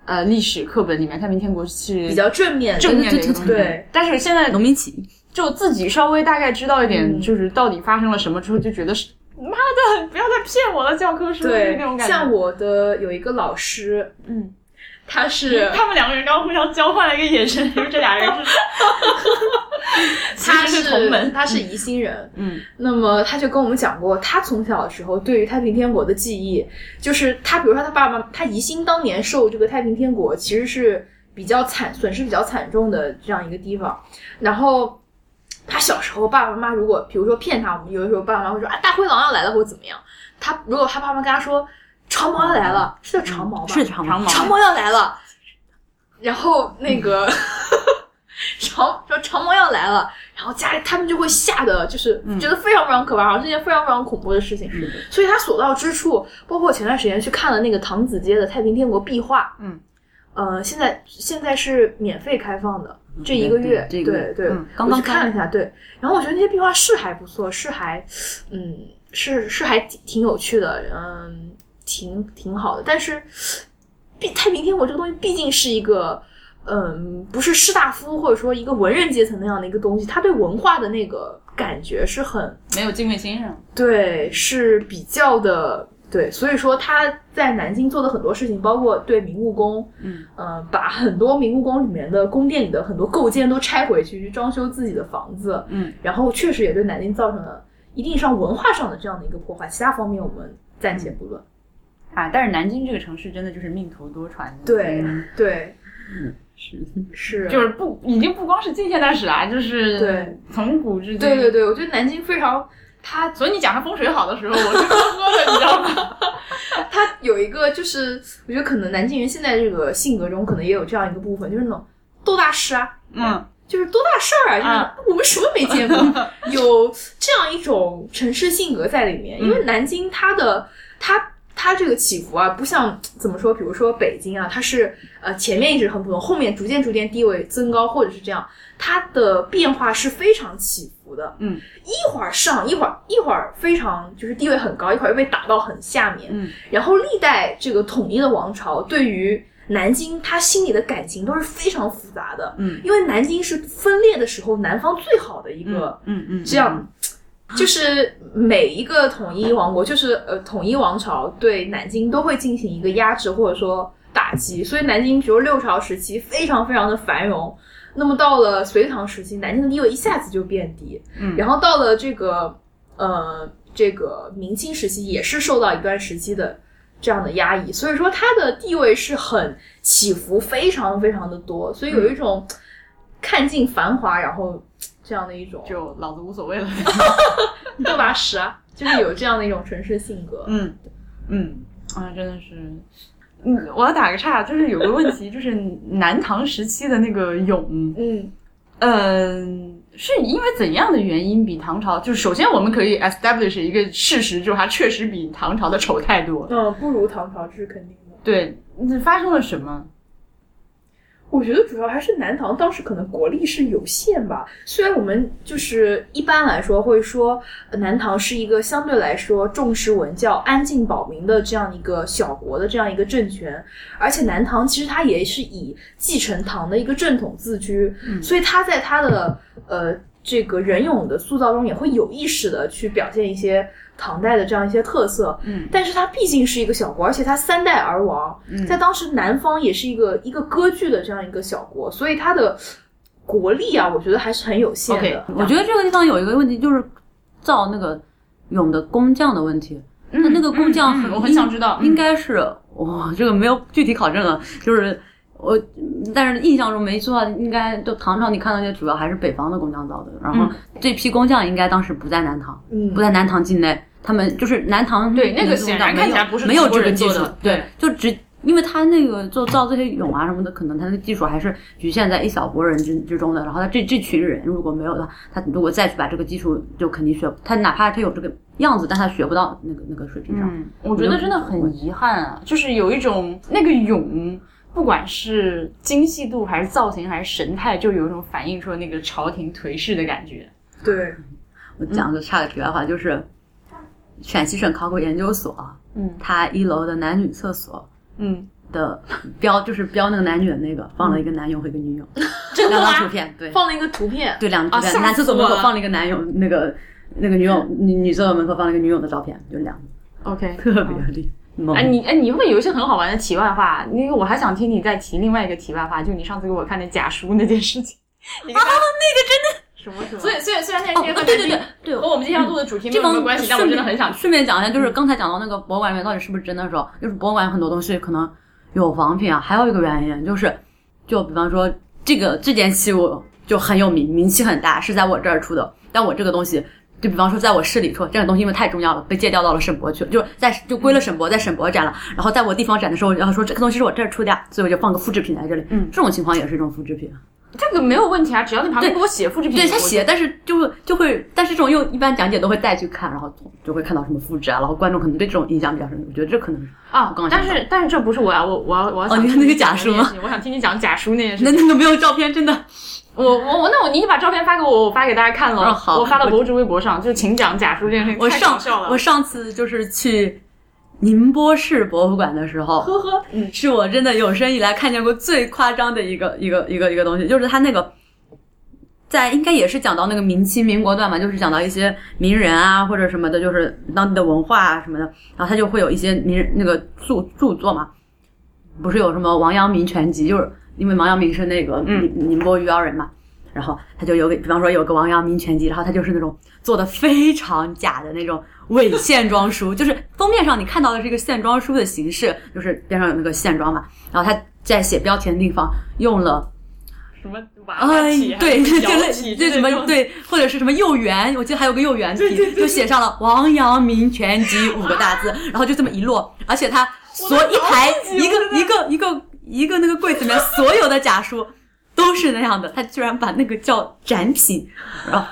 S1: 呃，历史课本里面太平天国是
S3: 比较正面的，
S1: 正面的一个东西，
S3: 对。
S1: 但是现在
S2: 农民起义
S1: 就自己稍微大概知道一
S3: 嗯
S1: 点，就是到底发生了什么之后，就觉得是妈的，不要再骗我了，教科书就是
S3: 对
S1: 那种，感觉。
S3: 像我的有一个老师，嗯，他是
S1: 嗯他们两个人刚刚互相交换了一个眼神， 因为这俩人是
S3: 他
S1: 其实是同门
S3: 他是宜兴人，
S1: 嗯，
S3: 那么他就跟我们讲过，他从小的时候对于太平天国的记忆，就是他，比如说他爸爸，他宜兴当年受这个太平天国其实是比较惨，损失比较惨重的这样一个地方，然后。他小时候，爸爸妈妈如果比如说骗他，我们有的时候爸爸妈妈会说啊，大灰狼要来了或者怎么样。他如果他爸妈跟他说长毛要来了，是叫长毛吧？
S2: 是长
S1: 长
S2: 毛
S1: 毛，
S3: 长毛要来了，嗯然后那个、 长说长毛要来了，然后家里他们就会吓得就是觉得非常非常可怕，好像是一件非常非常恐怖的事情。所以他所到之处，包括我前段时间去看了那个唐子街的太平天国壁画，
S1: 嗯，
S3: 呃，现在现在是免费开放的。这一个月，
S2: 对这
S3: 对
S2: 个
S3: 对，
S1: 嗯
S2: 刚
S3: 我
S2: 刚
S3: 去看
S2: 开
S3: 了一下，对。然后我觉得那些壁画是还不错，是还，嗯，是是还挺挺有趣的，嗯，挺挺好的。但是，毕太平天国这个东西毕竟是一个，嗯，不是士大夫或者说一个文人阶层那样的一个东西，他对文化的那个感觉是很
S1: 没有敬畏心是吗？
S3: 对，是比较的。对，所以说他在南京做的很多事情，包括对明故宫，
S2: 嗯
S3: 呃，把很多明故宫里面的宫殿里的很多构件都拆回去，去装修自己的房子，
S2: 嗯，
S3: 然后确实也对南京造成了一定上文化上的这样的一个破坏，其他方面我们暂且不论。
S1: 啊，但是南京这个城市真的就是命途多舛的，嗯
S3: 对、对，
S2: 嗯是
S3: 是，
S1: 就是不已经不光是近现代史啦，就是
S3: 对
S1: 从古至今，
S3: 对对对，我觉得南京非常，
S1: 他所以你讲他风水好的时候，我是呵呵的，你知道吗？
S3: 它有一个就是，我觉得可能南京人现在这个性格中可能也有这样一个部分，就是那种斗大师啊，
S1: 嗯，
S3: 就是多大事儿啊！就是我们什么没见过， 有这样一种城市性格在里面。因
S1: 嗯
S3: 为南京它的它它这个起伏啊，不像怎么说，比如说北京啊，它是呃前面一直很普通，后面逐渐逐渐地位增高，或者是这样，它的变化是非常起伏的。
S1: 嗯，
S3: 一会儿上，一会儿一会儿非常就是地位很高，一会儿又被打到很下面。
S1: 嗯，
S3: 然后历代这个统一的王朝对于南京，他心里的感情都是非常复杂的。因为南京是分裂的时候南方最好的一个，
S1: 嗯嗯，
S3: 这样就是每一个统一王国，就是呃统一王朝对南京都会进行一个压制或者说打击，所以南京比如六朝时期非常非常的繁荣，那么到了隋唐时期，南京的地位一下子就变低，
S1: 嗯
S3: 然后到了这个呃这个明清时期也是受到一段时期的。这样的压抑，所以说它的地位是很起伏非常非常的多，所以有一种看尽繁华，然后这样的一 种
S1: 就老子无所谓了。
S3: 对吧？是啊，就是有这样的一种城市性格。
S1: 嗯，嗯，啊，真的是。嗯，我要打个岔，就是有个问题，就是南唐时期的那个俑，
S3: 嗯，
S1: 嗯、是因为怎样的原因比唐朝？就是首先我们可以 establish 一个事实，就是它确实比唐朝的丑太多。
S3: 嗯，不如唐朝这是肯定的。
S1: 对，嗯发生了什么？
S3: 我觉得主要还是南唐当时可能国力是有限吧。虽然我们就是一般来说会说呃南唐是一个相对来说重视文教、安静保民的这样一个小国的这样一个政权，而且南唐其实它也是以继承唐的一个正统自居，所以它在它的呃这个人俑的塑造中也会有意识的去表现一些唐代的这样一些特色。
S1: 嗯，
S3: 但是它毕竟是一个小国，而且它三代而亡，在当时南方也是一个一个割据的这样一个小国，所以它的国力啊，我觉得还是很有限的。
S1: OK，
S2: 我觉得这个地方有一个问题，就是造那个俑的工匠的问题。那那个工匠
S1: 嗯我很想知道
S2: 应该是哇，这个没有具体考证了，就是我，但是印象中没错，应该就唐朝你看到那些主要还是北方的工匠造的，然
S1: 嗯
S2: 后这批工匠应该当时不在南唐，
S3: 嗯
S2: 不在南唐境内，他们就是南唐
S1: 对那个
S2: 民族
S1: 显然
S2: 没
S1: 看起
S2: 有
S1: 来不是
S2: 没有
S1: 中国
S2: 这个
S1: 人
S2: 技
S1: 做
S2: 术
S1: 的，
S2: 对，就只。因为他那个做造这些俑啊什么的，可能他的技术还是局限在一小波人之之中的。然后他这这群人如果没有的话，他如果再去把这个技术，就肯定学不他哪怕他有这个样子，但他学不到那个那个水平上。
S1: 嗯，我觉得真的很遗憾啊，就是有一种那个俑，不管是精细度还是造型还是神态，就有一种反映出那个朝廷颓势的感觉。
S3: 对，
S2: 我讲个差个题外话，就是陕西省考古研究所，
S1: 嗯，
S2: 它一楼的男女厕所
S1: 嗯，
S2: 的标就是标那个男女的那个，放了一个男友和一个女友，
S1: 嗯
S3: 真 的
S2: 两张图
S3: 吗？
S2: 片，对
S3: 放了一个图片，
S2: 对，两张图
S1: 啊吓
S2: 片，
S1: 死
S2: 男厕所门口
S1: 我了
S2: 放了一个男友，那个那个女友女女厕所门口放了一个女友的照片，就两个
S1: OK，
S2: 特别厉害。
S1: 哎，你哎，你会不会有一些很好玩的题外话？因为我还想听你再提另外一个题外话，就你上次给我看的假书那件事情。你啊，那个真的什么什么？所以虽然虽然那件
S2: 哦
S1: 事情，
S2: 对对对 对，
S1: 和我们今天要录的主题没
S2: 这
S1: 有什
S2: 帮
S1: 么关系，但我真的很想去。
S2: 顺便讲一下，就是刚才讲到那个博物馆里面到底是不是真的时候，就是博物馆有很多东西可能有仿品啊，还有一个原因就是，就比方说这个这件器物就很有名，名气很大，是在我这儿出的，但我这个东西。就比方说，在我市里出这个东西，因为太重要了，被借调到了沈博去了，就是在就归了沈博，在沈博展了。然后在我地方展的时候，然后说这个东西是我这儿出的呀，所以我就放个复制品在这里。
S1: 嗯
S2: 这种情况也是一种复制品。
S1: 这个没有问题啊，只要你旁边给我写复制品，
S2: 嗯对他
S1: 我
S2: 写，但是就会就会，但是这种又一般讲解都会带去看，然后就会看到什么复制啊，然后观众可能对这种印象比较深。我觉得这可能是
S1: 啊
S2: 我刚，刚
S1: 但
S2: 想
S1: 是但是这不是我啊要我我要我要
S2: 哦
S1: 想
S2: 你看那个假
S1: 听
S2: 书
S1: 你讲那
S2: 吗
S1: 件事情？我想听你讲假书那件事
S2: 那
S1: 情。
S2: 那个没有照片，真的
S1: 我我我，那我你把照片发给我，我发给大家看了。
S2: 哦好
S1: 我发到博主微博上，就请讲假书这件事情，
S2: 我
S1: 嗯太
S2: 上
S1: 搞笑了。
S2: 我上次就是去宁波市博物馆的时候，
S1: 呵呵，嗯
S2: 是我真的有生以来看见过最夸张的一个一个一个一个东西，就是他那个。在应该也是讲到那个明清民国段嘛，就是讲到一些名人啊或者什么的，就是当地的文化啊什么的，然后他就会有一些名人那个著著作嘛，不是有什么王阳明全集，就是因为王阳明是那个
S1: 嗯
S2: 宁宁波余姚人嘛，然后他就有个，比方说有个王阳明全集，然后他就是那种做的非常假的那种伪线装书， 就是封面上你看到的是一个线装书的形式，就是边上有那个线装嘛，然后他在写标题的地方用了，
S1: 什么娃娃
S2: 哎
S1: 体，，
S2: 对，
S1: 还
S2: 对
S1: 是摇
S2: 对
S1: 旗
S2: 对
S1: 之类
S2: 什么
S1: 的这种
S2: 对，或者是什么幼园，我记得还有个幼园题，就写上了王阳明全集五个大字，然后就这么一摞，而且他所一排一个一个一个一个那个柜子里面所有的假书。都是那样的，他居然把那个叫展品，然后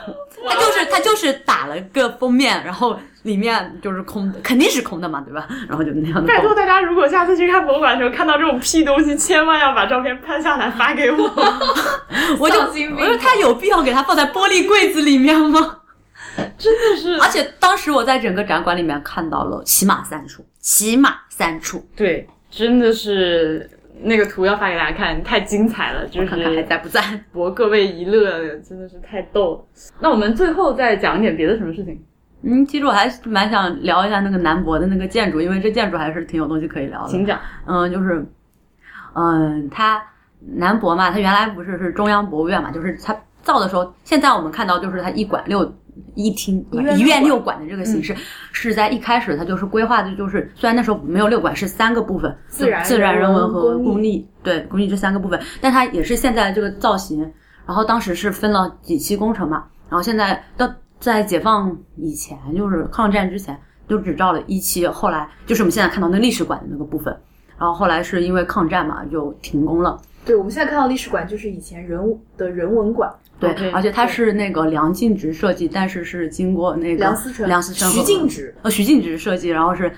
S2: 他就是他就是打了个封面，然后里面就是空的，肯定是空的嘛，对吧？然后就那样的
S1: 拜
S2: 放
S1: 托大家，如果下次去看博物馆的时候看到这种屁东西，千万要把照片拍下来发给我。
S2: 我就
S4: 丧心病
S2: 我说他有必要给他放在玻璃柜子里面吗？ 真的 是，而且当时我在整个展馆里面看到了起码三处，起码三处，
S1: 对，真的是那个图要发给大家看，太精彩了，就
S2: 我
S1: 是
S2: 看看还在不在。
S1: 博各位一乐，真的是太逗了。那我们最后再讲一点别的什么事情？
S2: 嗯，其实我还是蛮想聊一下那个南博的那个建筑，因为这建筑还是挺有东西可以聊的。
S1: 请讲。
S2: 嗯，就是，嗯，它南博嘛，它原来不是是中央博物院嘛，就是它造的时候，现在我们看到就是它一馆六一厅
S1: 一院
S2: 一院
S1: 六
S2: 六馆的嗯这个形式，是在一开始它就是规划的，就是虽然那时候没有六馆，是三个部分，
S3: 自然
S2: 自然、
S3: 人
S2: 人
S3: 文
S2: 文和
S3: 工艺
S2: 工艺，对工艺这三个部分，但它也是现在这个造型，然后当时是分了几期工程嘛，然后现在到在解放以前，就是抗战之前，就只造了一期，后来就是我们现在看到那历史馆的那个部分，然后后来是因为抗战嘛，就停工了。
S3: 对，我们现在看到历史馆就是以前人物的人文馆，
S2: 对
S1: OK，
S2: 而且它是那个梁静植设计，但是是经过那个
S3: 梁思成、
S2: 梁思成和
S3: 徐静植、
S2: 呃徐静植设计，然后是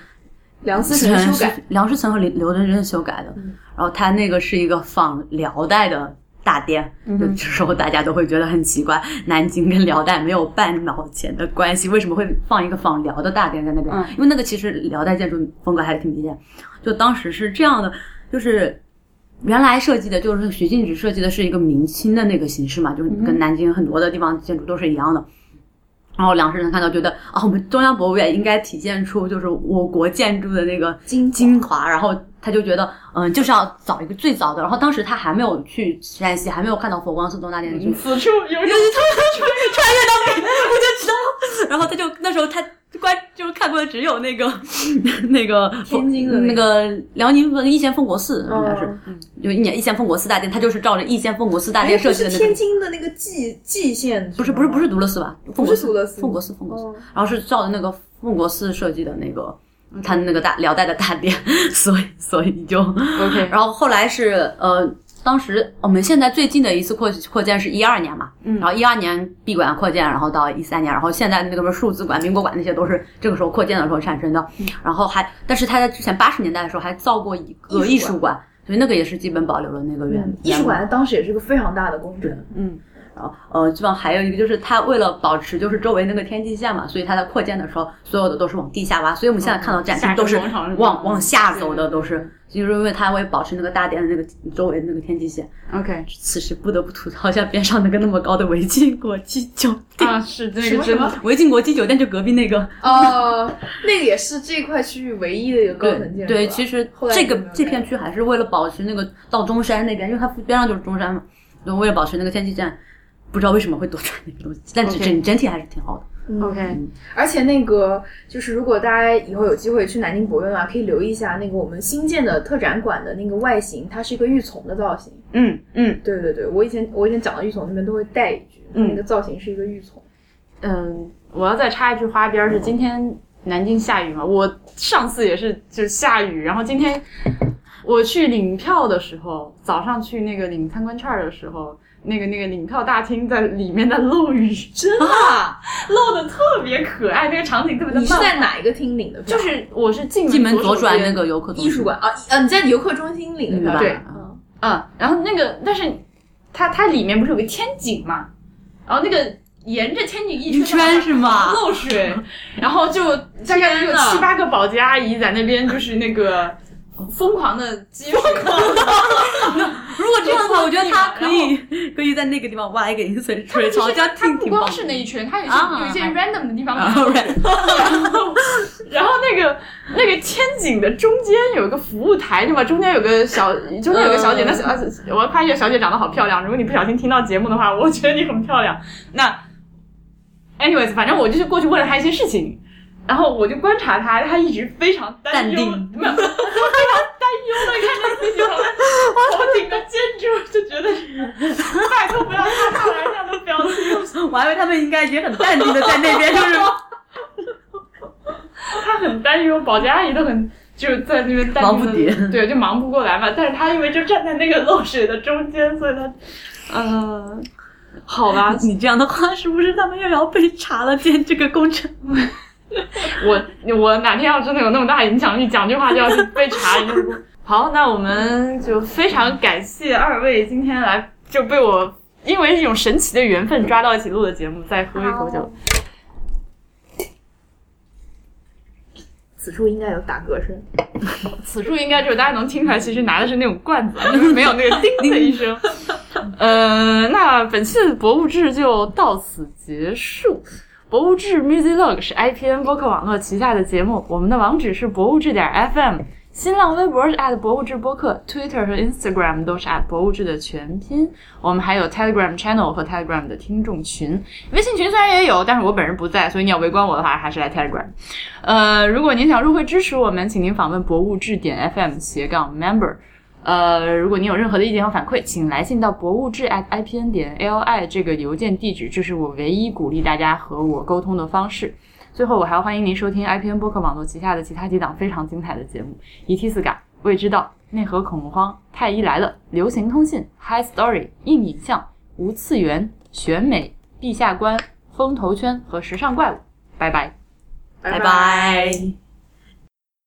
S3: 梁思 成修改，
S2: 梁思成和刘刘真真修改的。
S3: 嗯
S2: 然后它那个是一个仿辽代的大殿，
S3: 嗯
S2: 就这时候大家都会觉得很奇怪，南京跟辽代没有半毛钱的关系，为什么会放一个仿辽的大殿在那边？
S1: 嗯
S2: 因为那个其实辽代建筑风格还是挺明显。就当时是这样的，就是原来设计的，就是徐静植设计的是一个明清的那个形式嘛，
S3: 嗯
S2: 就是跟南京很多的地方建筑都是一样的。然后梁世成看到觉得啊，我们中央博物院应该体现出就是我国建筑的那个
S3: 精华
S2: 精华，然后他就觉得嗯，就是要找一个最早的。然后当时他还没有去山西，还没有看到佛光寺东大殿的嗯就
S3: 嗯
S1: 此处有人
S2: 然后他就那时候他关就是看过的只有那个 那个
S3: 天津的那
S2: 那个辽宁的义县奉国寺应该是
S3: 哦，
S2: 就一年义县奉国寺大殿，他就是照着义县奉国寺大殿
S3: 哎，
S2: 设
S3: 不
S2: 计的
S3: 是
S2: 那
S3: 天
S2: 个。
S3: 津的那个蓟蓟县，
S2: 不是不是不是独乐寺吧？
S3: 不
S2: 奉
S3: 是
S2: 国
S3: 苏
S2: 寺，
S3: 勒斯，
S2: 奉国寺，奉国寺，
S3: 哦
S2: 然后是照着那个奉国寺设计的那个，
S3: 嗯
S2: 他那个大辽代的大殿， 所以所以就
S1: OK，
S2: 然后后来是呃，当时我们现在最近的一次扩扩建是一二年嘛，
S1: 嗯
S2: 然后一二年闭馆扩建，然后到一三年，然后现在那个什么数字馆、民国馆那些都是这个时候扩建的时候产生的，然后还，但是他在之前八十年代的时候还造过一个
S3: 艺
S2: 艺
S3: 术馆
S2: 术馆，所以那个也是基本保留了那个原
S3: 嗯艺术
S2: 原
S3: 馆当时也是个非常大的工程，
S1: 嗯，
S2: 然后呃，基本上还有一个就是它为了保持就是周围那个天际线嘛，所以它在扩建的时候，所有的都是往地下挖。所以我们现在看到展
S1: 下
S2: 厅都
S1: 沉
S2: 是
S1: 广场是吧
S2: 往往下走的，都是就是因为它会保持那个大殿的那个周围的那个天际线。
S1: OK
S2: 此时不得不吐槽一下边上那个那么高的维京国际酒店。
S1: 啊，是 那
S3: 什
S1: 个
S3: 么
S1: 真
S3: 什么
S1: 的，
S2: 维京国际酒店就隔壁那个，
S3: 呃， 那个也是这块区域唯一的一个高层建筑吧。
S1: 啊
S3: 啊
S2: 对，其实
S3: 后来
S2: 这个
S3: 有没有
S2: 这
S3: 改
S2: 片区还是为了保持那个到中山那边，因为它边上就是中山嘛，就为了保持那个天气站，不知道为什么会多出来那个东西，但是
S1: OK
S2: 整整体还是挺好的。
S3: 嗯
S1: OK
S3: 而且那个就是，如果大家以后有机会去南京博物院的话，可以留意一下那个我们新建的特展馆的那个外形，它是一个玉琮的造型。
S1: 嗯嗯
S3: 对对对，我以前我以前讲到玉琮那边都会带一句，它
S1: 嗯
S3: 那个造型是一个玉琮。
S1: 嗯，我要再插一句花边儿是今天南京下雨嘛，我上次也是就是下雨，然后今天我去领票的时候，早上去那个领参观券儿的时候。那个那个领票大厅在里面在漏雨，啊
S3: 真的、
S1: 漏的特别可爱，那个场景特别的
S3: 你是
S1: 浪漫
S3: 在哪一个厅领的票？
S1: 就是我是进
S2: 进门
S1: 左
S2: 左转那
S1: 边
S2: 个游客中
S3: 艺
S2: 心
S3: 术馆啊，呃，你在游客中心领的
S2: 对
S3: 票。
S2: 吧？
S1: 对
S3: 嗯
S1: 嗯，然后那个，但是它它里面不是有个天井嘛，然后那个沿着天井一
S2: 一圈是吗
S1: 漏水，然后就大概有七八个保洁阿姨在那边就是那个疯狂的接水，
S2: 如果这样 的话，我觉得它可
S1: 然
S2: 以可以在那个地方挖一个饮水水
S1: 其
S2: 槽，
S1: 实
S2: 这样
S1: 它
S2: 挺
S1: 不
S2: 挺棒
S1: 光
S2: 的。
S1: 是 那一圈，它有一些、
S2: 啊
S1: 有一些 random 的地方，
S2: 啊，right
S1: 然后 然后那个那个天井的中间有一个服务台，对吧？中间有个小，
S2: 嗯
S1: 中间有个小姐，那小我要夸一下小姐长得好漂亮。如果你不小心听到节目的话，我觉得你很漂亮。那，anyways，反正我就是过去问了她一些事情。然后我就观察她，她一直非常担忧，没有，她
S2: 淡定
S1: 就非常担忧的看着自己头 头顶的建筑，就觉得拜托不要看她来这样的表情。
S2: 我还以为他们应该也很淡定的在那 边，就是
S1: 他很担忧，保洁阿姨都很就在那边担
S2: 忙不
S1: 心
S2: 迭，
S1: 的，对，就忙不过来嘛。但是他因为就站在那个漏水的中间，所以他，呃，好吧
S2: 你这样的话，是不是他们又要被查了？建这个工程，
S1: 我我哪天要真的有那么大影响力，讲这话就要去被查一波。好，那我们就非常感谢二位今天来就被我因为一种神奇的缘分抓到一起录的节目，再喝一口酒。
S3: 此处应该有打嗝声。
S1: 此处应该就是大家能听出来，其实拿的是那种罐子，就是没有那个叮的一声。呃，那本期的博物志就到此结束。博物志 Music Log 是 IPN 播客网络旗下的节目，我们的网址是博物志点儿 FM，新浪微博是 at 博物志播客，Twitter 和 Instagram 都是 at 博物志的全拼。我们还有 Telegram Channel 和 Telegram 的听众群，微信群虽然也有，但是我本人不在，所以你要围观我的话，还是来 Telegram。呃，如果您想入会支持我们，请您访问博物志点 FM 斜杠 member。呃，如果您有任何的意见和反馈，请来信到博物志 at ipn 点 li 这个邮件地址，这是我唯一鼓励大家和我沟通的方式。最后，我还要欢迎您收听 IPN 播客网络旗下的其他几档非常精彩的节目：《一 T 四感》、《未知道》、《内核恐慌》、《太医来了》、《流行通信》、《High Story》、《硬影像》、《无次元》、《选美》、《地下观》、《风投圈》和《时尚怪物》。拜拜。
S2: 拜拜。